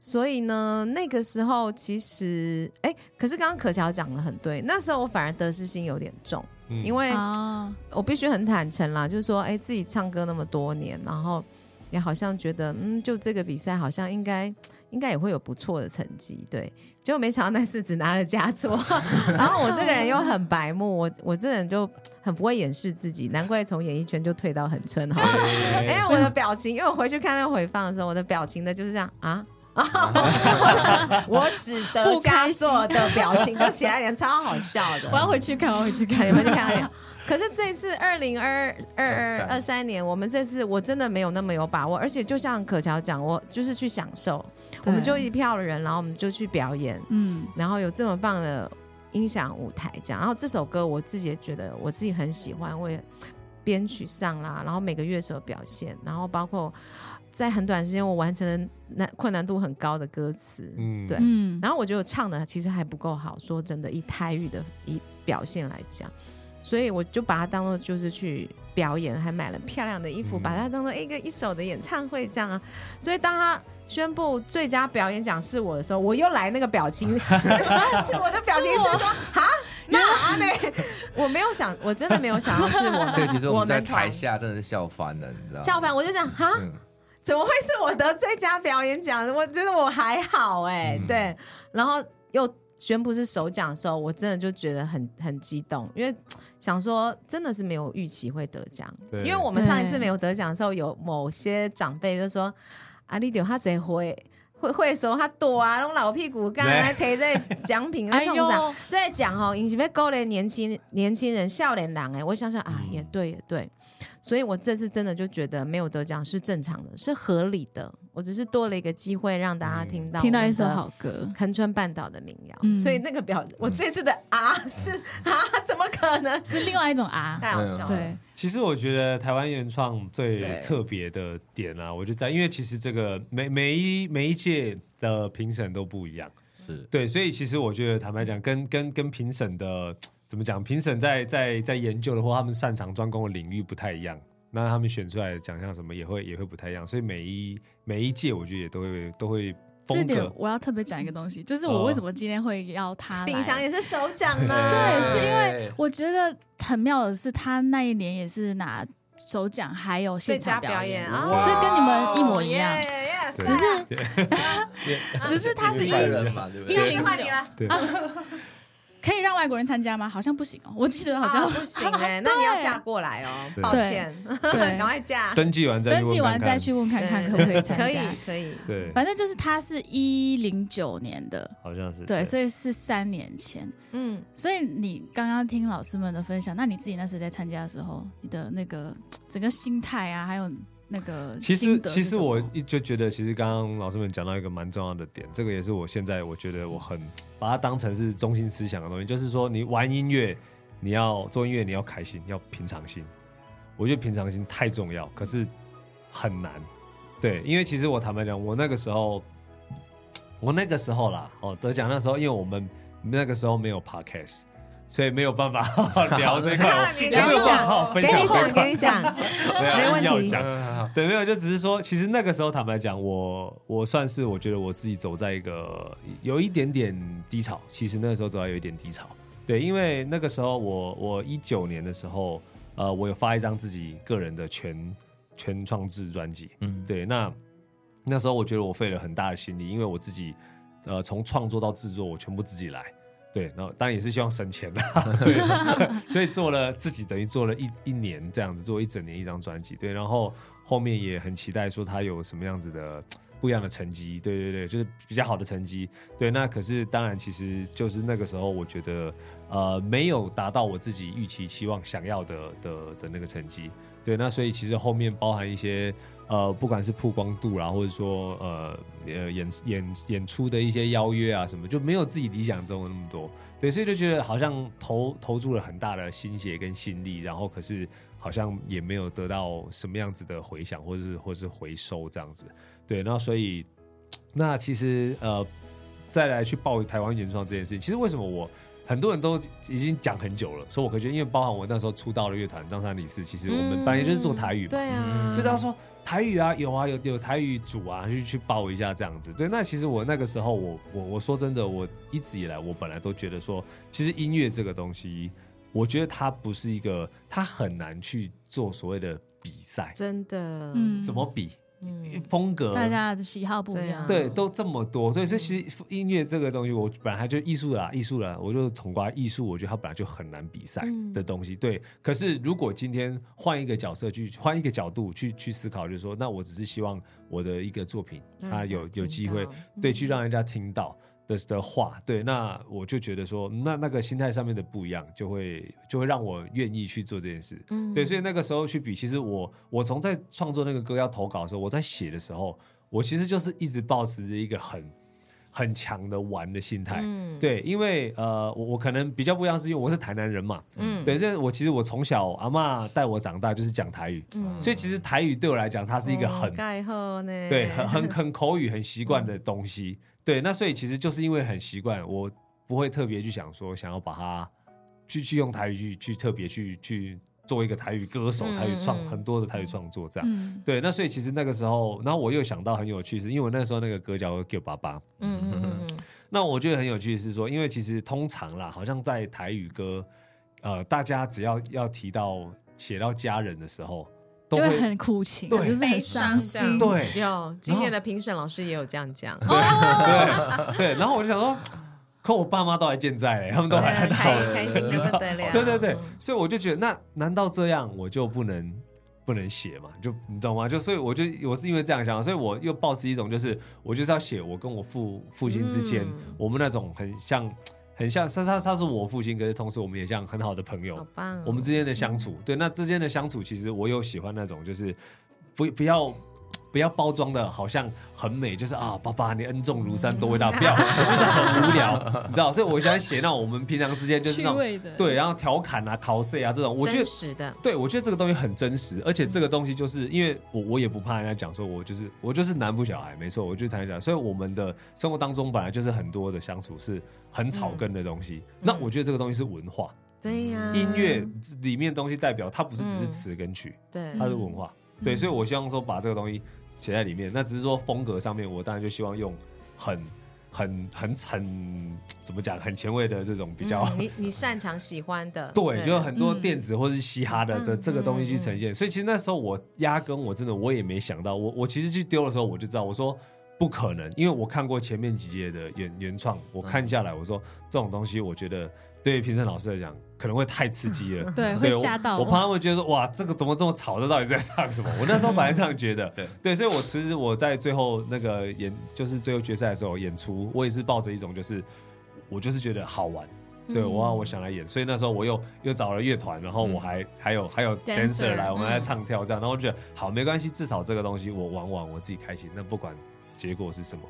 Speaker 4: 所以呢，那个时候其实，哎，可是刚刚可乔讲的很对，那时候我反而得失心有点重，
Speaker 3: 嗯
Speaker 4: 因为
Speaker 6: 啊，
Speaker 4: 我必须很坦诚啦，就是说，哎，自己唱歌那么多年，然后也好像觉得，嗯，就这个比赛好像应该应该也会有不错的成绩，对。结果没想到那次只拿了佳作， 然后我这个人又很白目，我我这人就很不会掩饰自己，难怪从演艺圈就退到很村哈。
Speaker 3: 哎
Speaker 4: 哎，我的表情，因为我回去看那个回放的时候，我的表情的就是这样啊。 我只得
Speaker 6: 不
Speaker 4: 佳
Speaker 6: 开心
Speaker 4: 作的表情，就写在脸，超好笑 的。
Speaker 6: 我要回去看，我要回去
Speaker 4: 看
Speaker 6: 看，
Speaker 4: 你们去看看。可是这次二零二二二二三年，我们这次我真的没有那么有把握，而且就像可乔讲，我就是去享受，我们就一票的人，然后我们就去表演，
Speaker 6: 嗯
Speaker 4: 然后有这么棒的音响舞台这样，然后这首歌我自己也觉得我自己很喜欢，我也编曲上啦，然后每个乐手表现，然后包括在很短时间我完成了难困难度很高的歌词，
Speaker 3: 嗯
Speaker 4: 对
Speaker 6: 嗯，
Speaker 4: 然后我觉得我唱的其实还不够好，说真的，以台语的以表现来讲，所以我就把它当做就是去表演，还买了漂亮的衣服，
Speaker 3: 嗯
Speaker 4: 把它当做一个一首的演唱会这样啊。所以当他宣布最佳表演奖是我的时候，我又来那个表 情，是是我的表情
Speaker 6: 是
Speaker 4: 是
Speaker 6: 我
Speaker 4: 说啊。那阿妹，我没有想，我真的没有想到是 我们，
Speaker 5: 对，其实我们在台
Speaker 4: 团
Speaker 5: 下真的是笑翻了，你知道吗？
Speaker 4: 笑翻，我就想哈，
Speaker 5: 嗯，
Speaker 4: 怎么会是我得最佳表演奖？我觉得我还好哎、
Speaker 3: 嗯
Speaker 4: 对，然后又宣布是首奖的时候，我真的就觉得很很激动，因为想说真的是没有预期会得奖，
Speaker 3: 对
Speaker 4: 因为我们上一次
Speaker 6: 对
Speaker 4: 没有得奖的时候，有某些长辈就说：“啊，你丢他贼会。”会会手他多啊，那种老屁股，刚才来 提这个奖品，那
Speaker 6: 哎
Speaker 4: 冲啥？
Speaker 6: 呦，
Speaker 4: 在讲哦，你是被勾连年轻年轻人笑脸郎哎，我想想啊，
Speaker 3: 嗯
Speaker 4: 也对也对，所以我这次真的就觉得没有得奖是正常的，是合理的。我只是多了一个机会让大家
Speaker 3: 嗯
Speaker 4: 听到
Speaker 6: 听到
Speaker 4: 我
Speaker 6: 一
Speaker 4: 们
Speaker 6: 首
Speaker 4: 的
Speaker 6: 好歌，
Speaker 4: 恒春半岛的民谣，
Speaker 6: 嗯
Speaker 4: 所以那个表我这次的啊是啊，怎么可能？
Speaker 6: 是另外一种 啊，
Speaker 4: 太好笑了。
Speaker 6: 对，
Speaker 3: 其实我觉得台湾原创最
Speaker 6: 对
Speaker 3: 特别的点啊，我就在因为其实这个每每一每一届的评审都不一样，
Speaker 5: 是
Speaker 3: 对，所以其实我觉得坦白讲，跟跟跟评审的怎么讲，评审在在在研究的或他们擅长专攻的领域不太一样，那他们选出来的奖项什么也会也会不太一样，所以每一每一届我觉得也都会都会
Speaker 6: 这
Speaker 3: 风
Speaker 6: 点
Speaker 3: 格，
Speaker 6: 我要特别讲一个东西，就是我为什么今天会邀他来
Speaker 4: 炳祥也是首奖呢，
Speaker 6: 啊对，
Speaker 5: 对
Speaker 6: 是因为我觉得很妙的是，他那一年也是拿首奖，还有
Speaker 4: 最
Speaker 6: 现
Speaker 4: 佳
Speaker 6: 场
Speaker 4: 表演哦啊，
Speaker 6: 所以跟你们一模一样。
Speaker 4: Yeah, yeah,
Speaker 3: 对
Speaker 6: 只是只是他
Speaker 5: 他
Speaker 6: 是一
Speaker 5: 外人嘛，对不
Speaker 6: 一
Speaker 5: 对？
Speaker 6: 零
Speaker 4: 换你
Speaker 6: 九，
Speaker 4: 了。
Speaker 3: 对
Speaker 6: 可以让外国人参加吗？好像不行哦，我记得好
Speaker 4: 啊，
Speaker 6: 像
Speaker 4: 不行 哎、那你要嫁过来哦，
Speaker 3: 对
Speaker 4: 抱歉，
Speaker 6: 对
Speaker 4: 赶快嫁，
Speaker 3: 登记完再去
Speaker 6: 登记
Speaker 3: 问
Speaker 6: 完
Speaker 3: 看
Speaker 6: 再
Speaker 3: 看
Speaker 6: 去问看看
Speaker 4: 对
Speaker 6: 可不可以参
Speaker 4: 可以
Speaker 6: 加。
Speaker 4: 可以，
Speaker 3: 对，
Speaker 6: 反正就是他是一零九年的，
Speaker 3: 好像是
Speaker 6: 对，所以是三年前。
Speaker 4: 嗯，
Speaker 6: 所以你刚刚听老师们的分享，那你自己那时在参加的时候，你的那个整个心态啊，还有那个
Speaker 3: 其实
Speaker 6: 心，得是
Speaker 3: 其实
Speaker 6: 什么
Speaker 3: 我一就觉得，其实刚刚老师们讲到一个蛮重要的点，这个也是我现在我觉得我很把它当成是中心思想的东西，就是说你玩音乐，你要做音乐，你要开心，要平常心。我觉得平常心太重要，可是很难。对，因为其实我坦白讲，我那个时候，我那个时候啦，哦，得奖那时候，因为我们那个时候没有 podcast，所以没有办法 聊这块，我
Speaker 4: 给
Speaker 3: 没
Speaker 4: 你
Speaker 3: 有办法好
Speaker 4: 讲，
Speaker 3: 好
Speaker 4: 给
Speaker 3: 分
Speaker 4: 你
Speaker 3: 享这
Speaker 4: 讲，
Speaker 3: 块
Speaker 4: 给你讲，
Speaker 3: 对啊
Speaker 4: 没问题
Speaker 3: 硬要讲对，没有，就只是说，其实那个时候坦白讲，我我算是我觉得我自己走在一个有一点点低潮，其实那个时候走在有一点低潮，对，因为那个时候我我一九年的时候，呃，我有发一张自己个人的全全创制专辑，
Speaker 5: 嗯，
Speaker 3: 对，那那时候我觉得我费了很大的心力，因为我自己呃从创作到制作我全部自己来，对，然后当然也是希望省钱啦，所以所以做了自己等于做了一一年这样子，做一整年一张专辑，对，然后后面也很期待说他有什么样子的。不一样的成绩，对对对，就是比较好的成绩。对，那可是当然，其实就是那个时候，我觉得呃没有达到我自己预期、期望、想要的的的那个成绩。对，那所以其实后面包含一些呃，不管是曝光度啦，或者说呃呃演演演出的一些邀约啊什么，就没有自己理想中的那么多。对，所以就觉得好像投投注了很大的心血跟心力，然后可是好像也没有得到什么样子的回响，或是或是回收这样子。对，那所以那其实呃，再来去报台湾原创这件事情，其实为什么我很多人都已经讲很久了，说我可觉得，因为包含我那时候出道的乐团张三李四，其 实我们本来就是做台语嘛，嗯
Speaker 4: 对啊，
Speaker 3: 就知道说台语啊，有啊，有有台语组啊，去去报一下这样子。对，那其实我那个时候我，我我说真的，我一直以来我本来都觉得说，其实音乐这个东西，我觉得它不是一个，它很难去做所谓的比赛，
Speaker 4: 真的，
Speaker 6: 嗯，
Speaker 3: 怎么比
Speaker 4: 嗯，
Speaker 3: 风格，
Speaker 6: 大家的喜好不一
Speaker 4: 啊
Speaker 6: 样，
Speaker 3: 对，都这么多，所以所以其实音乐这个东西，我本来就艺术啦，艺术啦，我就统括艺术，我觉得它本来就很难比赛
Speaker 4: 嗯
Speaker 3: 的东西。对，可是如果今天换一个角色去，换一个角度去去思考，就是说，那我只是希望我的一个作品，
Speaker 4: 让
Speaker 3: 它
Speaker 4: 人家
Speaker 3: 有有
Speaker 4: 嗯听
Speaker 3: 机会
Speaker 4: 到，嗯
Speaker 3: 对，去让人家听到。的的话，对，那我就觉得说，那那个心态上面的不一样，就会就会让我愿意去做这件事。
Speaker 4: 嗯
Speaker 3: 对，所以那个时候去比，其实我我从在创作那个歌要投稿的时候，我在写的时候，我其实就是一直保持着一个很很强的玩的心态。
Speaker 4: 嗯，
Speaker 3: 哎对，因为呃，我我可能比较不一样，是因为我是台南人嘛，
Speaker 4: 嗯，
Speaker 3: 对，所以我其实我从小阿嬷带我长大就是讲台语，
Speaker 4: 嗯哦
Speaker 3: 所以其实台语对我来讲，它是一个很、
Speaker 4: 盖后呢，
Speaker 3: 对很很很口语很习惯的东西。对，那所以其实就是因为很习惯，我不会特别去想说想要把它去去用台语去去特别去去做一个台语歌手、
Speaker 4: 嗯
Speaker 3: 台语创
Speaker 4: 嗯嗯
Speaker 3: 很多的台语创作这样。
Speaker 6: 嗯，
Speaker 3: 对，那所以其实那个时候，然后我又想到很有趣是，因为我那时候那个歌叫《给爸爸》，
Speaker 4: 嗯嗯 嗯嗯
Speaker 3: 那我觉得很有趣的是说，因为其实通常啦，好像在台语歌，呃，大家只要要提到写到家人的时候，都
Speaker 6: 就
Speaker 3: 会
Speaker 6: 会很苦情，啊
Speaker 3: 对
Speaker 6: 就是很伤
Speaker 4: 嗯，
Speaker 6: 心，
Speaker 3: 对
Speaker 4: 有今年的评审老师也有这样讲，
Speaker 3: 对对对，然后我就想说，可我爸妈都还健在、欸，他们 都还很
Speaker 4: 对
Speaker 3: 好
Speaker 4: 开开心的不得了，
Speaker 3: 对对对
Speaker 4: 嗯，
Speaker 3: 所以我就觉得，那难道这样我就不能不能写嘛？就你懂吗？就所以我就我是因为这样想，所以我又抱持一种就是我就是要写我跟我父父亲之间、
Speaker 4: 嗯
Speaker 3: 我们那种很像很像，他他他是我父亲，可是同时我们也像很好的朋友
Speaker 4: 好，
Speaker 6: 嗯
Speaker 4: 棒哦，
Speaker 3: 我们之间的相处，对，那之间的相处，其实我有喜欢那种，就是不不要不要包装的好像很美，就是啊，爸爸你恩重如山，多伟大，不
Speaker 6: 嗯
Speaker 3: 要，我就是很无聊， 你知道，所以我喜欢写那种我们平常之间就是
Speaker 6: 趣
Speaker 3: 那种
Speaker 6: 味的，
Speaker 3: 对，然后调侃啊、考试啊这种，我觉
Speaker 4: 真
Speaker 3: 得。
Speaker 4: 实的，
Speaker 3: 对，我觉得这个东西很真实，而且这个东西就是因为我我也不怕人家讲说我就是我就是南部小孩，没错，我就是台南小孩，所以我们的生活当中本来就是很多的相处是很草
Speaker 6: 嗯
Speaker 3: 根的东西。那我觉得这个东西是文化，
Speaker 4: 对呀，
Speaker 3: 音乐里面的东西代表，它不是只是词跟曲，
Speaker 4: 对
Speaker 3: 它是文化。对，所以我希望说把这个东西写在里面。那只是说风格上面，我当然就希望用很、很、很、很怎么讲，很前卫的这种比较。
Speaker 4: 嗯你你擅长喜欢的，
Speaker 3: 对，就有很多
Speaker 6: 嗯
Speaker 3: 电子或是嘻哈的的
Speaker 4: 嗯
Speaker 3: 这个东西去呈现，所以其实那时候我压根我真的我也没想到，我我其实去丢的时候我就知道，我说不可能，因为我看过前面几届的原原创，我看下来我说这种东西，我觉得对于评审老师来讲可能会太刺激 了，
Speaker 6: 对会
Speaker 3: 我
Speaker 6: 吓到
Speaker 3: 我怕他们觉得说哇这个怎么这么吵，这到底在唱什么？我那时候本来这样觉 得，
Speaker 5: 对
Speaker 3: 对，所以我其实我在最后那个演就是最后决赛的时候演出，我也是抱着一种就是我就是觉得好玩。对，
Speaker 4: 嗯
Speaker 3: 我我想来演，所以那时候我又又找了乐团，然后我还、还有还有
Speaker 6: Dancer，
Speaker 3: dancer 来，我们来
Speaker 4: 嗯
Speaker 3: 唱跳这样，然后我觉得好没关系，至少这个东西我玩玩我自己开心，那不管结果是什么，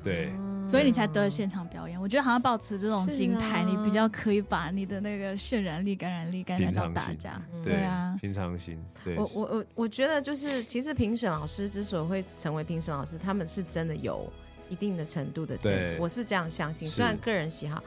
Speaker 3: 对，
Speaker 4: 嗯
Speaker 6: 所以你才得了现场表演。我觉得好像保持这种心态，
Speaker 4: 是啊
Speaker 6: 你比较可以把你的那个渲染力、感染力感染
Speaker 3: 平
Speaker 6: 到
Speaker 3: 常
Speaker 6: 大
Speaker 3: 心
Speaker 6: 家。，
Speaker 3: 对
Speaker 6: 对啊
Speaker 3: 平常心，对，
Speaker 4: 我我我我觉得就是，其实评审老师之所以会成为评审老师，他们是真的有一定的程度的 sense，
Speaker 3: 对
Speaker 4: 我是这样相信。
Speaker 3: 是
Speaker 4: 虽然个人喜好，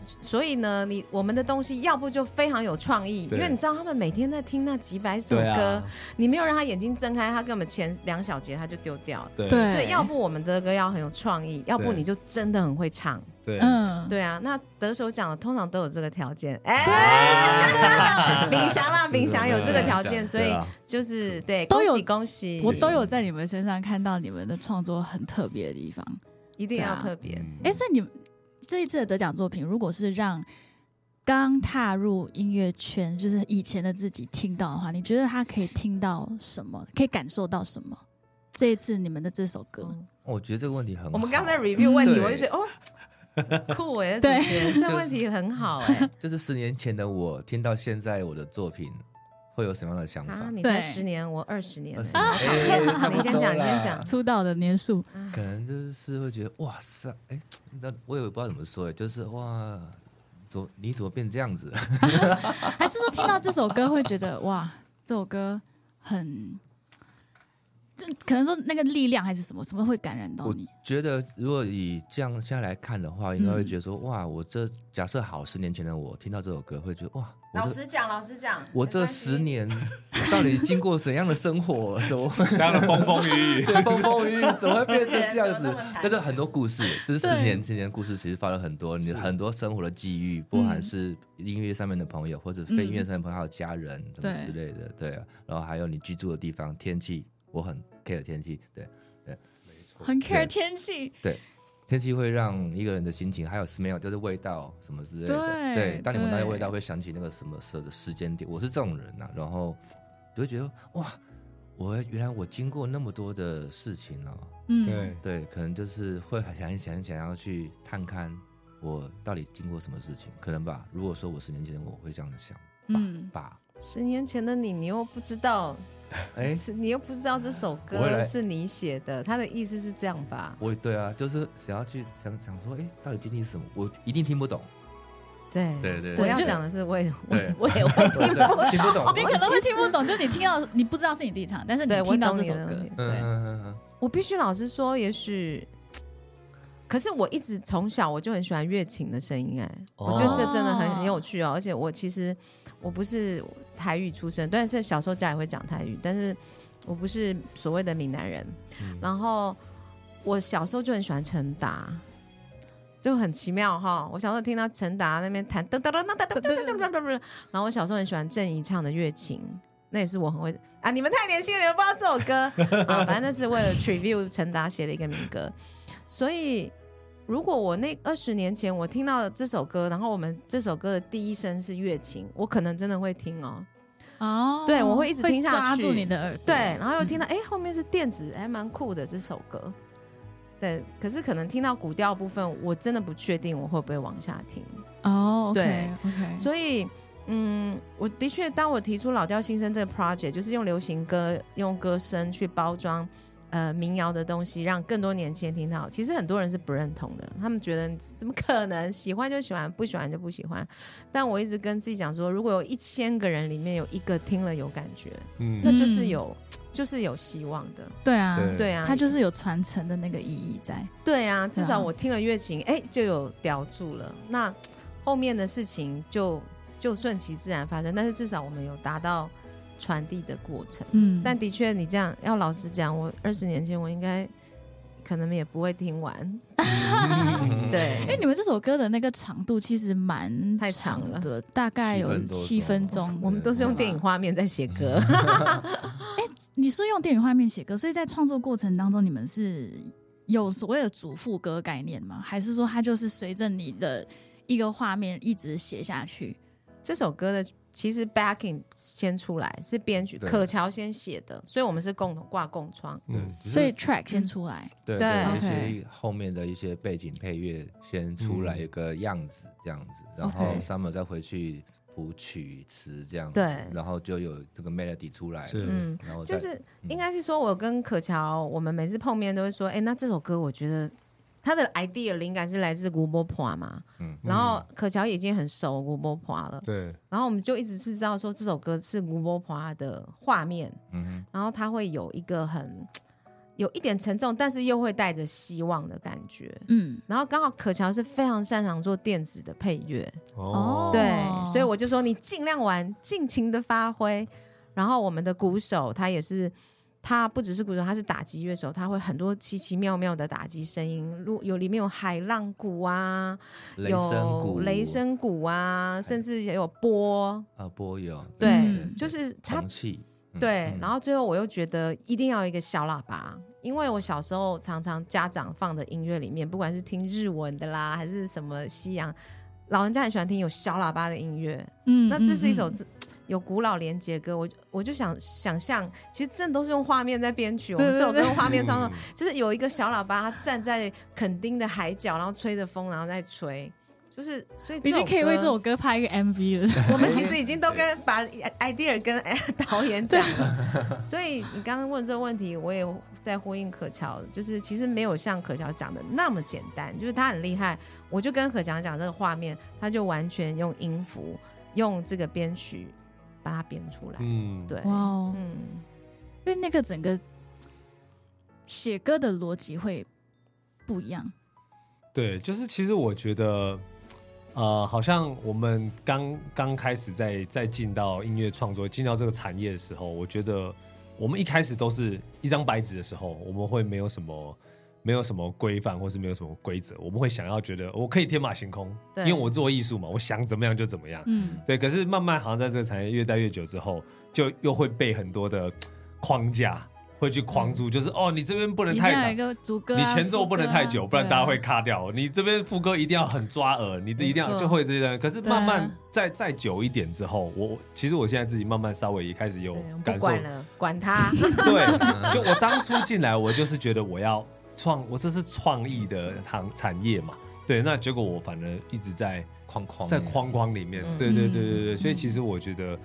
Speaker 4: 所以呢，你我们的东西要不就非常有创意，因
Speaker 3: 对
Speaker 4: 为你知道他们每天在听那几百首
Speaker 3: 对
Speaker 4: 歌，
Speaker 3: 啊，
Speaker 4: 你没有让他眼睛睁开，他根本前两小节他就丢掉了。
Speaker 3: 对
Speaker 6: 对
Speaker 4: 所以要不我们的歌要很有创意，要不
Speaker 3: 对
Speaker 4: 你就真的很会唱。
Speaker 3: 对，
Speaker 6: 嗯，
Speaker 4: 对啊，那得手奖的通常都有这个条件。 哎，炳祥啦，
Speaker 5: 是
Speaker 4: 炳祥有这个条件，
Speaker 5: 是
Speaker 4: 所以
Speaker 5: 对啊
Speaker 4: 就是对，
Speaker 6: 都
Speaker 4: 恭
Speaker 6: 有
Speaker 4: 喜恭喜，
Speaker 6: 我都有在你们身上看到你们的创作很特别的地方。
Speaker 4: 一定要
Speaker 6: 对啊
Speaker 4: 特别。
Speaker 3: 嗯
Speaker 6: 哎、所以你们这一次的得奖作品，如果是让刚踏入音乐圈，就是以前的自己听到的话，你觉得他可以听到什么？可以感受到什么？这一次你们的这首歌，
Speaker 4: 嗯
Speaker 5: 我觉得这个问题很好，
Speaker 4: 我们刚才 review 问题，
Speaker 5: 嗯对
Speaker 4: 我就觉得哦，酷哎，
Speaker 6: 对
Speaker 4: 主持人这问题很好 哎。
Speaker 5: 就是十年前的我听到现在我的作品会有什么样的想
Speaker 4: 啊
Speaker 5: 法，？
Speaker 4: 你才
Speaker 6: 对
Speaker 4: 十年，我二十年
Speaker 5: 20
Speaker 4: 了。
Speaker 5: 年哎差不
Speaker 4: 你先
Speaker 5: 多
Speaker 4: 讲你
Speaker 5: 啦
Speaker 4: 先讲
Speaker 6: 出道的年数，
Speaker 5: 可能就是会觉得哇塞，哎，那我也不知道怎么说，哎，就是哇，怎么你怎么变这样子？
Speaker 6: 还是说听到这首歌会觉得哇，这首歌很，这可能说那个力量还是什么，什么会感染到
Speaker 5: 我
Speaker 6: 你？
Speaker 5: 觉得如果以这样下来看的话，应该会
Speaker 6: 嗯
Speaker 5: 觉得说哇，我这假设好十年前的我听到这首歌，会觉得哇，我
Speaker 4: 老
Speaker 5: 这
Speaker 4: 实讲，老实讲，
Speaker 5: 我
Speaker 4: 没
Speaker 5: 这
Speaker 4: 关系
Speaker 5: 十年到底经过怎样的生活？ 怎么会
Speaker 3: 这样的风风 雨雨，
Speaker 5: 对风风雨雨，怎么会变成这样
Speaker 4: 这个人怎么那
Speaker 5: 子
Speaker 4: 么惨？
Speaker 5: 但是很多故事，就是
Speaker 6: 对
Speaker 5: 十年之前的故事，其实发了很多，你
Speaker 3: 是
Speaker 5: 很多生活的际遇，不管是音乐上面的朋友，或者非音乐上面的朋友，还有家人怎么
Speaker 6: 对
Speaker 5: 之类的，嗯对啊。然后还有你居住的地方、天气，我很 care 天气，对，
Speaker 6: 很 care
Speaker 5: 对
Speaker 6: 天气，
Speaker 5: 天气会让一个人的心情，还有 smell 就是味道什么之类的，
Speaker 6: 对
Speaker 5: 对。当你闻到那个
Speaker 6: 对
Speaker 5: 味道，会想起那个什么时的时间点。我是这种人呐、然后就会觉得哇，我原来我经过那么多的事情哦。
Speaker 6: 嗯，
Speaker 3: 对，
Speaker 5: 对，可能就是会很想想想要去探看我到底经过什么事情，可能吧。如果说我十年前，我会这样想
Speaker 6: 嗯，
Speaker 5: 吧。
Speaker 4: 十年前的你，你又不知道，
Speaker 5: 哎、
Speaker 4: 是你又不知道这首
Speaker 5: 我会
Speaker 4: 歌
Speaker 5: 来
Speaker 4: 是你写的，他的意思是这样吧？
Speaker 5: 我对啊，就是想要去想想说，哎、到底经历什么？我一定听不懂。
Speaker 4: 对
Speaker 5: 对对
Speaker 4: 我要
Speaker 6: 对
Speaker 4: 讲的是，我也 我
Speaker 5: 对
Speaker 4: 我也会听不懂。
Speaker 5: 听不懂。
Speaker 6: 你可能会听不懂，就是你听到你不知道是你自己唱，但是你
Speaker 4: 对，我
Speaker 6: 听到
Speaker 4: 懂
Speaker 6: 这
Speaker 4: 你
Speaker 6: 首
Speaker 4: 的问
Speaker 6: 歌
Speaker 4: 题，。
Speaker 5: 嗯
Speaker 4: 对，
Speaker 5: 嗯嗯嗯
Speaker 4: 我必须老实说，也许，可是我一直从小我就很喜欢乐琴的声音，哎，
Speaker 5: 哦
Speaker 4: 我觉得这真的很
Speaker 6: 哦
Speaker 4: 很有趣哦。而且我其实我不是台语出身，但是小时候家里会讲台语，但是我不是所谓的闽南人。
Speaker 5: 嗯
Speaker 4: 然后我小时候就很喜欢陈达。就很奇妙哈！我小时候听到陈达那边弹噔噔噔噔噔噔噔噔噔噔，然后我小时候很喜欢郑怡唱的《月琴》，那也是我很会啊！你们太年轻了，你们不知道这首歌 啊！反正那是为了 tribute 陈达写的一个民歌，所以如果我那二十年前我听到这首歌，然后我们这首歌的第一声是乐琴，我可能真的会听哦。
Speaker 6: 哦，
Speaker 4: 对我会一直听下去
Speaker 6: 抓住你的耳朵，
Speaker 4: 对，然后又听
Speaker 6: 到，
Speaker 4: 到哎、诶后面是电子，还蛮酷的这首歌。对，可是可能听到古调部分，我真的不确定我会不会往下听。
Speaker 6: 哦，
Speaker 4: 对
Speaker 6: ，OK，
Speaker 4: 所以，嗯，我的确，当我提出老调新生这个 project，就是用流行歌、用歌声去包装呃民谣的东西，让更多年轻人听到。其实很多人是不认同的，他们觉得怎么可能喜欢就喜欢，不喜欢就不喜欢。但我一直跟自己讲说，如果有一千个人里面有一个听了有感觉，
Speaker 3: 嗯
Speaker 4: 那就是有、就是有希望的。
Speaker 6: 对啊，
Speaker 3: 对
Speaker 4: 对啊，
Speaker 6: 它就是有传承的那个意义在，
Speaker 4: 对啊，至
Speaker 6: 对啊
Speaker 4: 少我听了乐琴，哎、就有叼住了。那后面的事情就就顺其自然发生，但是至少我们有达到传递的过程。
Speaker 6: 嗯，
Speaker 4: 但的确，你这样要老实讲，我二十年前我应该可能也不会听完， 对
Speaker 6: 因为你们这首歌的那个长度其实蛮
Speaker 4: 太长了
Speaker 6: 的，大概有七
Speaker 5: 七
Speaker 6: 分
Speaker 5: 分
Speaker 6: 钟。
Speaker 4: 我们都是用电影画面在写 歌。
Speaker 6: 你是用电影画面写歌，所以在创作过程当中，你们是有所谓的主副歌概念吗？还是说它就是随着你的一个画面一直写下去？
Speaker 4: 这首歌的其实 backing 先出来是编曲
Speaker 5: 对
Speaker 4: 可乔先写的，所以我们是共同挂共窗。
Speaker 3: 嗯，
Speaker 5: 对，
Speaker 6: 所以
Speaker 5: 只是
Speaker 6: track 先出来，
Speaker 5: 对
Speaker 4: 对
Speaker 5: 对，一
Speaker 6: OK
Speaker 5: 些后面的一些背景配乐先出来一个样子，这样子，然后
Speaker 6: OK
Speaker 5: Summer 再回去谱曲词这样子，
Speaker 4: 对
Speaker 5: 然后就有这个 melody 出来，
Speaker 3: 是
Speaker 4: 嗯，
Speaker 5: 然后
Speaker 4: 就
Speaker 5: 再
Speaker 4: 是
Speaker 5: 嗯
Speaker 4: 应该是说，我跟可乔，我们每次碰面都会说，哎、那这首歌我觉得他的 idea 灵感是来自古波婆嘛，
Speaker 5: 嗯
Speaker 4: 然后可乔已经很熟古波婆了，
Speaker 3: 对，
Speaker 4: 然后我们就一直知道说这啊首歌是古波婆的画面，
Speaker 5: 嗯哼
Speaker 4: 然后他会有一个很有一点沉重，但是又会带着希望的感觉。
Speaker 6: 嗯，
Speaker 4: 然后刚好可乔是非常擅长做电子的配乐，
Speaker 6: 哦
Speaker 4: 对，所以我就说你尽量玩，尽情的发挥。然后我们的鼓手他也是，他不只是鼓手，他是打击乐手，他会很多奇奇妙妙的打击声音，如有里面有海浪鼓啊，
Speaker 5: 雷声鼓，
Speaker 4: 有雷声鼓啊，甚至也有波，
Speaker 5: 啊，波有，
Speaker 4: 对，
Speaker 6: 嗯
Speaker 4: 就是他
Speaker 5: 铜器，嗯
Speaker 4: 对，
Speaker 5: 哎嗯
Speaker 4: 然后最后我又觉得一定要有一个小喇叭，因为我小时候常常家长放的音乐里面，不管是听日文的啦，还是什么西洋，老人家很喜欢听有小喇叭的音乐。
Speaker 6: 嗯
Speaker 4: 那这是一首
Speaker 6: 嗯嗯
Speaker 4: 自有古老连接歌，我就我就想想象，其实真的都是用画面在编曲，我们
Speaker 6: 对
Speaker 4: 这首歌
Speaker 6: 对
Speaker 4: 用画面创作，
Speaker 5: 嗯
Speaker 4: 就是有一个小喇叭，他站在垦丁的海角，然后吹着风，然后再吹。就是，所以
Speaker 6: 已经可以为这
Speaker 4: 首歌
Speaker 6: 首歌拍一个 MV 了。
Speaker 4: 我们其实已经都跟把 idea 跟 导演讲了，所以你刚刚问这个问题，我也在呼应可乔，就是其实没有像可乔讲的那么简单，就是他很厉害，我就跟可乔讲这个画面，他就完全用音符，用这个编曲把它编出来，
Speaker 3: 嗯，
Speaker 4: 对，
Speaker 6: 哇哦，
Speaker 4: 嗯，
Speaker 6: 因为那个整个写歌的逻辑会不一样。
Speaker 3: 对，就是其实我觉得，呃，好像我们刚刚开始在在进到音乐创作、进到这个产业的时候，我觉得我们一开始都是一张白纸的时候，我们会没有什么。没有什么规范，或是没有什么规则，我们会想要觉得我可以天马行空，因
Speaker 4: 对
Speaker 3: 为我做艺术嘛，我想怎么样就怎么样。
Speaker 6: 嗯，
Speaker 3: 对，可是慢慢好像在这个产业越待越久之后，就又会被很多的框架会去框住，就是哦，你这边不能
Speaker 6: 嗯一定
Speaker 3: 太
Speaker 6: 要有
Speaker 3: 长
Speaker 6: 一，个主歌啊、
Speaker 3: 你前奏
Speaker 6: 副歌
Speaker 3: 不能太
Speaker 6: 啊
Speaker 3: 久，不然
Speaker 6: 对啊
Speaker 3: 大家会卡掉。你这边副歌一定要很抓耳，你的一定
Speaker 4: 没
Speaker 3: 要
Speaker 4: 错
Speaker 3: 就会这些。可是慢
Speaker 6: 对
Speaker 3: 慢
Speaker 6: 啊
Speaker 3: 再再久一点之后，我我其实我现在自己慢慢稍微也开始有
Speaker 4: 对，我们不
Speaker 3: 感受。
Speaker 4: 管了，管他，
Speaker 3: 对，就我当初进来，我就是觉得我要创，我这是创意的行产业嘛。对，那结果我反而一直在
Speaker 5: 框框
Speaker 3: 在
Speaker 5: 欸
Speaker 3: 框框里面。
Speaker 4: 嗯
Speaker 3: 对对对对
Speaker 6: 嗯
Speaker 3: 对，所以其实我觉得，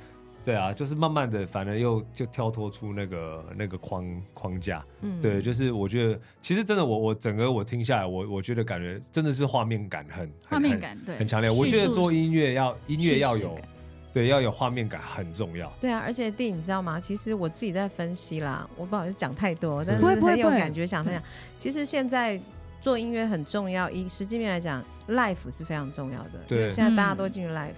Speaker 3: 对啊，就是慢慢的，反而又就跳脱出那个那个框框架。
Speaker 4: 嗯，
Speaker 3: 对，就是我觉得，其实真的我，我整个我听下来，我我觉得感觉真的是画面感很很
Speaker 6: 画面感对
Speaker 3: 很很强烈。我觉得做音乐要音乐要
Speaker 6: 叙
Speaker 3: 有
Speaker 6: 事感，
Speaker 3: 对，要有画面感很重要。
Speaker 4: 对啊，而且弟，你知道吗？其实我自己在分析啦，我不好意思讲太多，但是
Speaker 6: 不会不会
Speaker 4: 很有
Speaker 6: 不会嗯
Speaker 4: 感觉想分享。其实现在做音乐很重要，以实际面来讲，life 是非常重要的。
Speaker 3: 对
Speaker 4: 因为现在大家都进入 life，、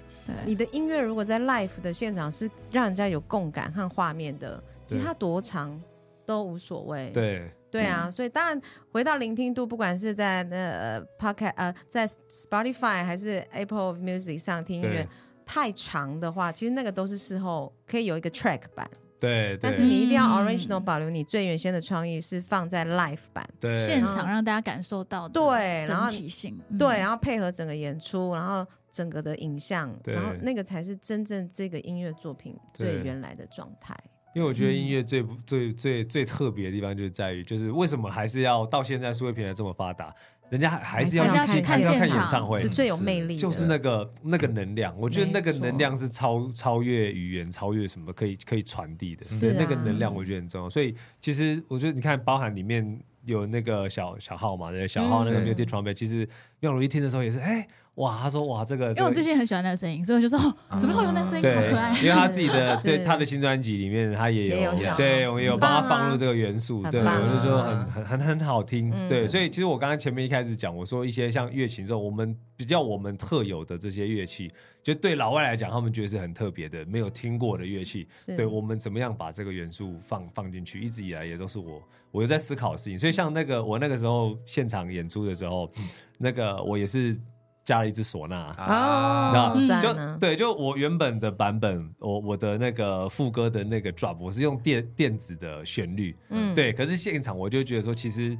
Speaker 4: 你
Speaker 6: 对，
Speaker 4: 的音乐如果在 life 的现场是让人家有共感和画面的，其实它多长都无所谓。
Speaker 3: 对，
Speaker 4: 对啊，所以当然回到聆听度，不管是在那呃 Pocket 呃在 Spotify 还是 Apple Music 上听音乐
Speaker 3: 对。
Speaker 4: 太长的话，其实那个都是事后可以有一个 track 版，
Speaker 3: 对，
Speaker 4: 但
Speaker 3: 对
Speaker 4: 是你一定要
Speaker 6: 嗯
Speaker 4: original 保留你最原先的创意是放在 live 版，
Speaker 3: 对
Speaker 6: 现场让大家感受到
Speaker 4: 嗯
Speaker 6: 的
Speaker 4: 对然
Speaker 6: 整
Speaker 4: 后
Speaker 6: 体性，嗯
Speaker 4: 对，然后配合整个演出，然后整个的影像，
Speaker 3: 对
Speaker 4: 然后那个才是真正这个音乐作品最
Speaker 3: 对
Speaker 4: 原来的状态。
Speaker 3: 因为我
Speaker 6: 嗯
Speaker 3: 觉得音乐最不、最最最特别的地方就是在于，就是为什么还是要到现在数位平台这么发达，人家还还是要
Speaker 6: 还是要
Speaker 3: 去
Speaker 6: 去
Speaker 3: 还是要
Speaker 6: 看
Speaker 3: 看
Speaker 6: 现
Speaker 3: 演唱
Speaker 6: 场
Speaker 3: 会
Speaker 4: 是，最有魅力的，
Speaker 3: 就是那个那个能量，我觉得那个
Speaker 4: 没错
Speaker 3: 能量是超超越语言、超越什么可以可以传递的，
Speaker 4: 是
Speaker 3: 对
Speaker 4: 啊
Speaker 3: 那个能量我觉得很重要。所以其实我觉得你看，包含里面有那个小小号嘛，那个小号那个
Speaker 5: 嗯
Speaker 3: Beauty Trumpet，其实妙如一听的时候也是，哎、哇，他说哇这个，
Speaker 6: 因为我
Speaker 3: 这
Speaker 6: 最
Speaker 3: 个
Speaker 6: 近很喜欢那个声音，所以我就说哦，怎么会有那声音，
Speaker 3: 嗯 对
Speaker 6: 好可爱，。
Speaker 3: 因为他自己 的
Speaker 4: 是
Speaker 3: 对他的新专辑里面，他也有
Speaker 4: 也有小号
Speaker 3: 对，我们也有
Speaker 4: 很
Speaker 3: 帮
Speaker 4: 棒啊
Speaker 3: 他放入这个元素，
Speaker 4: 很
Speaker 3: 对，
Speaker 4: 棒啊
Speaker 3: 我就说很很很很好听，
Speaker 4: 嗯
Speaker 3: 对，所以其实我刚刚前面一开始讲，我说一些像乐器这种我们比较我们特有的这些乐器，就对老外来讲，他们觉得是很特别的，没有听过的乐器，
Speaker 4: 是
Speaker 3: 对我们怎么样把这个元素放放进去，一直以来也都是我我有在思考的事情。所以像那个我那个时候现场演出的时候，
Speaker 4: 嗯
Speaker 3: 那个我也是加了一支唢呐。
Speaker 5: 啊
Speaker 4: 哦，
Speaker 6: 嗯
Speaker 4: 赞
Speaker 3: 就
Speaker 4: 啊！
Speaker 3: 对，就我原本的版本，我我的那个副歌的那个 drop，我是用电电子的旋律，
Speaker 4: 嗯，
Speaker 3: 对。可是现场我就觉得说，其实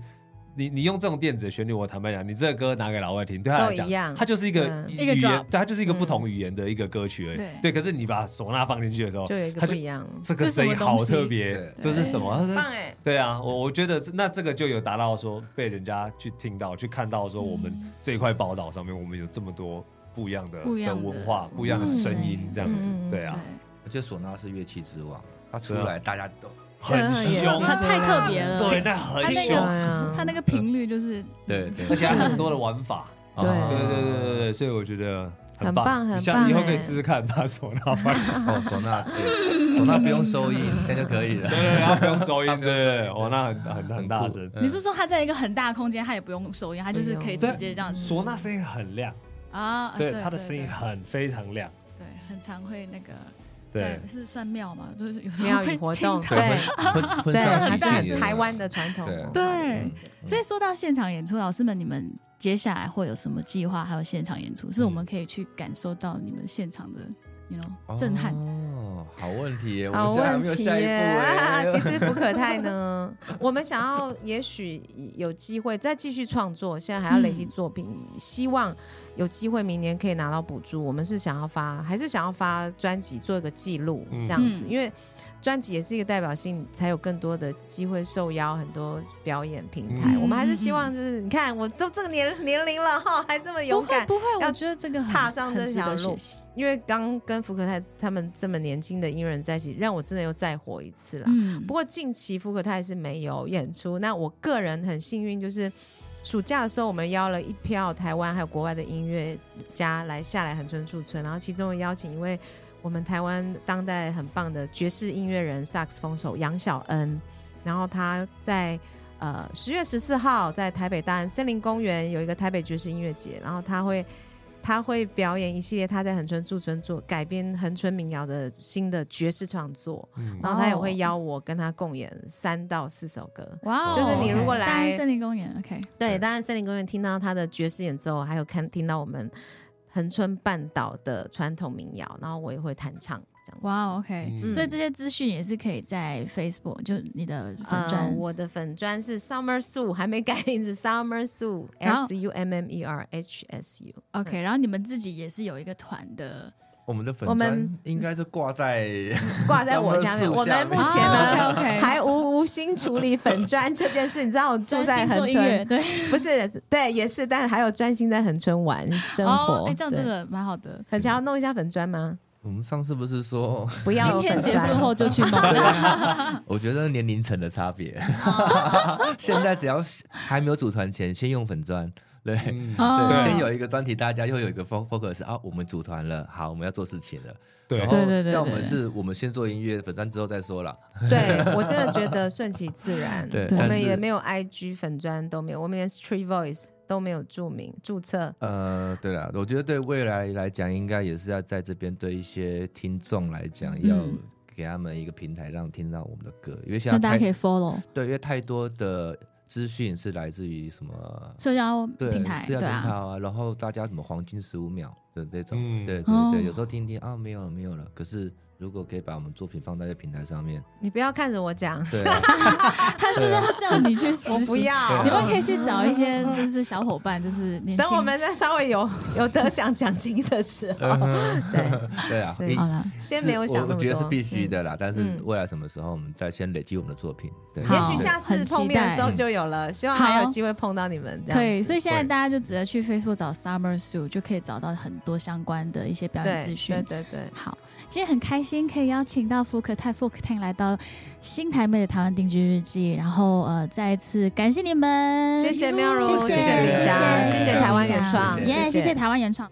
Speaker 3: 你你用这种电子的旋律，我坦白讲，你这个歌拿给老外听，对他来
Speaker 4: 都一样
Speaker 3: 讲，它就是一个
Speaker 4: 嗯
Speaker 3: 语
Speaker 6: 一个
Speaker 3: 言，
Speaker 6: drop
Speaker 3: 对，它就是一个不同语言的一个歌曲而已。
Speaker 6: 对
Speaker 3: 对，可是你把唢呐放进去的时候，
Speaker 4: 就有一个
Speaker 3: 它
Speaker 4: 不
Speaker 3: 就
Speaker 4: 一样，
Speaker 3: 这个声音好特别，这
Speaker 6: 这是
Speaker 3: 是
Speaker 6: 什
Speaker 3: 什
Speaker 6: 么
Speaker 3: 么？它是
Speaker 6: 欸
Speaker 4: 哎，
Speaker 3: 对啊，我我觉得这那这个就有达到说被人家去听到、去看到说我们这一块宝岛上面，我们有这么多不一样的
Speaker 6: 不一样的
Speaker 3: 的文化、不一样的声音
Speaker 6: 嗯，
Speaker 3: 这样子
Speaker 4: 嗯嗯嗯，
Speaker 3: 对
Speaker 6: 对
Speaker 3: 啊，
Speaker 5: 我觉得唢呐是乐器之王，它出
Speaker 3: 对啊
Speaker 5: 来大家都
Speaker 3: 很凶，
Speaker 6: 它太特别了，
Speaker 3: 对，那很
Speaker 6: 它那
Speaker 3: 凶
Speaker 6: 个，
Speaker 4: 啊
Speaker 6: 它那个
Speaker 3: 嗯
Speaker 6: 频率就是
Speaker 5: 对对
Speaker 3: 而且还很多的玩法，
Speaker 4: 对
Speaker 5: 哦
Speaker 3: 对对对对对，所以我觉得
Speaker 4: 很棒很
Speaker 3: 你下以后
Speaker 4: 棒
Speaker 3: 可以
Speaker 4: 欸
Speaker 3: 试试看，把手拿放进去
Speaker 5: 哦，唢呐，对唢呐不用收音，那就可以了
Speaker 3: 对。对对，它不用收音，
Speaker 5: 它
Speaker 3: 对对
Speaker 5: 不用
Speaker 3: 对，
Speaker 5: 收音
Speaker 3: 哦，那很很很大
Speaker 5: 酷
Speaker 3: 声，
Speaker 5: 嗯
Speaker 6: 你是说他在一个很大的空间，他也不用收音，他就是可以直接这样子
Speaker 3: 唢呐声音很亮，
Speaker 6: 啊？
Speaker 3: 对，
Speaker 6: 对，
Speaker 3: 它的声音
Speaker 6: 对
Speaker 3: 很非常亮，
Speaker 6: 对，很常会那个在
Speaker 3: 对，
Speaker 6: 是算庙嘛，就是有时候
Speaker 4: 庙
Speaker 6: 会
Speaker 4: 宇活
Speaker 6: 听
Speaker 4: 动，
Speaker 6: 到
Speaker 5: 对
Speaker 4: 对
Speaker 5: 婚婚
Speaker 4: 对，
Speaker 5: 丧喜
Speaker 4: 还是
Speaker 5: 庆也
Speaker 4: 很
Speaker 5: 有
Speaker 4: 台湾的传统哦
Speaker 5: 对
Speaker 4: 文化。
Speaker 6: 对，
Speaker 5: 嗯
Speaker 6: 所以说到现场演出，老师们，你们接下来会有什么计划？还有现场演出，是我
Speaker 3: 嗯
Speaker 6: 们可以去感受到你们现场的，you know，震撼。
Speaker 5: 嗯哦，好问题耶，我
Speaker 4: 好
Speaker 5: 们家还
Speaker 4: 问
Speaker 5: 没有
Speaker 4: 题
Speaker 5: 下一步哎
Speaker 4: 耶！啊其实福可泰呢， 我们想要也许有机会再继续创作，现在还要累积
Speaker 6: 嗯
Speaker 4: 作品，希望有机会明年可以拿到补助。我们是想要发，还是想要发专辑做一个记录
Speaker 3: 嗯
Speaker 4: 这样子，
Speaker 6: 嗯
Speaker 4: 因为专辑也是一个代表性，才有更多的机会受邀很多表演平台。
Speaker 6: 嗯
Speaker 4: 我们还是希望就是你看，我都这个年年龄了哈，还这么
Speaker 6: 不
Speaker 4: 勇
Speaker 6: 会
Speaker 4: 敢。
Speaker 6: 不会，
Speaker 4: 要
Speaker 6: 我觉得这个很
Speaker 4: 踏上
Speaker 6: 很
Speaker 4: 这
Speaker 6: 值得
Speaker 4: 条路
Speaker 6: 学习
Speaker 4: 因为刚跟福可泰他们这么年轻的音乐人在一起，让我真的又再活一次啦。
Speaker 6: 嗯，
Speaker 4: 不过近期福可泰是没有演出。那我个人很幸运，就是暑假的时候，我们邀了一票台湾还有国外的音乐家来下来恒春驻村，然后其中邀请一位我们台湾当代很棒的爵士音乐人萨克斯风手杨小恩，然后他在。呃，十月十四号在台北大安森林公园有一个台北爵士音乐节，然后他会他会表演一系列他在恒春驻村做改编恒春民谣的新的爵士创作，
Speaker 3: 嗯
Speaker 4: 然后他也
Speaker 6: 哦
Speaker 4: 会邀我跟他共演三到四首歌。
Speaker 6: 哇哦，
Speaker 5: 就是你如
Speaker 4: 果
Speaker 6: OK
Speaker 4: 来
Speaker 6: 大安森林公园，OK，
Speaker 4: 对，当然森林公园听到他的爵士演奏，还有看听到我们恒春半岛的传统民谣，然后我也会弹唱这样。
Speaker 6: 哇哦，OK，
Speaker 3: 嗯
Speaker 6: 所以这些资讯也是可以在 Facebook，就你的粉
Speaker 4: 呃，
Speaker 6: 专。
Speaker 4: 我的粉砖是 Summer Sue，还没改名字，Summer Sue
Speaker 6: 然后
Speaker 4: S U M M E R H S U。
Speaker 6: OK，然后你们自己也是有一个团的，
Speaker 5: 我们的粉
Speaker 4: 我们
Speaker 5: 砖应该是挂在
Speaker 4: 挂在我下面。
Speaker 5: Summer Sue
Speaker 4: 我们目前
Speaker 6: 下面
Speaker 4: 呢，
Speaker 6: 哦 ，OK，OK
Speaker 4: 还无无心处理粉砖这件事。你知道我住
Speaker 6: 专
Speaker 4: 在
Speaker 6: 心
Speaker 4: 恒
Speaker 6: 做音乐，
Speaker 4: 春，
Speaker 6: 对，
Speaker 4: 不是对，也是，但还有专心在恒春玩生
Speaker 6: 哦，
Speaker 4: 活。
Speaker 6: 哎，这样
Speaker 4: 对
Speaker 6: 真的蛮好的。
Speaker 4: 很想要弄一下粉砖吗？
Speaker 5: 我们上次不是说，
Speaker 4: 不要有
Speaker 6: 今天
Speaker 4: 粉
Speaker 6: 结束
Speaker 4: 砖。
Speaker 6: 后就 去弄，
Speaker 5: 我觉得年龄层的差 别，现在只要是还没有组团前，先用粉砖，对。
Speaker 3: 嗯
Speaker 6: 哦
Speaker 5: 对，
Speaker 3: 对
Speaker 5: 先有一个专题，大家又有一个 fo- focus 啊，我们组团了，好，我们要做事情了。
Speaker 3: 对
Speaker 5: 然后
Speaker 6: 对对对
Speaker 5: 像我
Speaker 6: 对
Speaker 5: 们
Speaker 6: 对
Speaker 5: 是，我们先做音乐，粉砖之后再说了。
Speaker 4: 对我真的觉得顺其自然。
Speaker 5: 对
Speaker 4: 我
Speaker 6: 但
Speaker 4: 们
Speaker 5: 是
Speaker 4: 也没有 IG 粉砖都没有，我们连 Street Voice 都没有注明注册。
Speaker 5: 呃，对了，我觉得对未来来讲，应该也是要在这边对一些听众来讲，
Speaker 6: 嗯
Speaker 5: 要给他们一个平台，让听到我们的歌，因为现
Speaker 6: 那
Speaker 5: 在
Speaker 6: 大家
Speaker 5: 太
Speaker 6: 可以 follow
Speaker 5: 对，因为太多的资讯是来自于什么
Speaker 6: 社交
Speaker 5: 对
Speaker 6: 平台，
Speaker 5: 资料
Speaker 6: 对
Speaker 5: 平台
Speaker 6: 啊，
Speaker 5: 啊，然后大家什么黄金十五秒的那种，
Speaker 3: 嗯
Speaker 5: 对
Speaker 6: 哦
Speaker 5: 对对，有时候听一听啊，没有了没有了，可是如果可以把我们作品放在这平台上 面，
Speaker 4: 你不要看着我讲，
Speaker 5: 对啊、
Speaker 6: 他是要叫你 去实
Speaker 4: 我不
Speaker 6: 习。
Speaker 4: 要。
Speaker 6: 你们可以去找一些就是小伙伴，就是年轻
Speaker 4: 等我们再稍微有 有得奖奖金的时候，对，
Speaker 5: 对啊，
Speaker 4: 对
Speaker 5: 你
Speaker 6: 好了，
Speaker 4: 先
Speaker 5: 是
Speaker 4: 没有想那
Speaker 5: 我我
Speaker 4: 么多。
Speaker 5: 觉得是必须的啦，但是
Speaker 4: 嗯
Speaker 5: 未来什么时候我们再先累积我们的作品，对，
Speaker 4: 嗯。
Speaker 6: 好
Speaker 4: 也许下次
Speaker 6: 很期
Speaker 4: 碰面的
Speaker 6: 待
Speaker 4: 时候就有了，希望还
Speaker 6: 好
Speaker 4: 有机会碰到你们。这样
Speaker 6: 对，
Speaker 4: 子
Speaker 6: 所以现在
Speaker 3: 会
Speaker 6: 大家就只要去 Facebook 找 Summer Sue，就可以找到很多相关的一些表演资
Speaker 4: 对
Speaker 6: 讯
Speaker 4: 对。对对，
Speaker 6: 好，今天很开心可以邀请到福克泰福克泰来到新台妹的台湾定居日记，然后呃再一次感谢你们，
Speaker 4: 谢谢妙如谢谢
Speaker 6: 谢谢
Speaker 4: 米
Speaker 5: 霞
Speaker 6: 谢
Speaker 5: 谢谢台湾原创
Speaker 4: 谢
Speaker 6: 耶，
Speaker 4: 谢
Speaker 6: 谢谢台湾原创。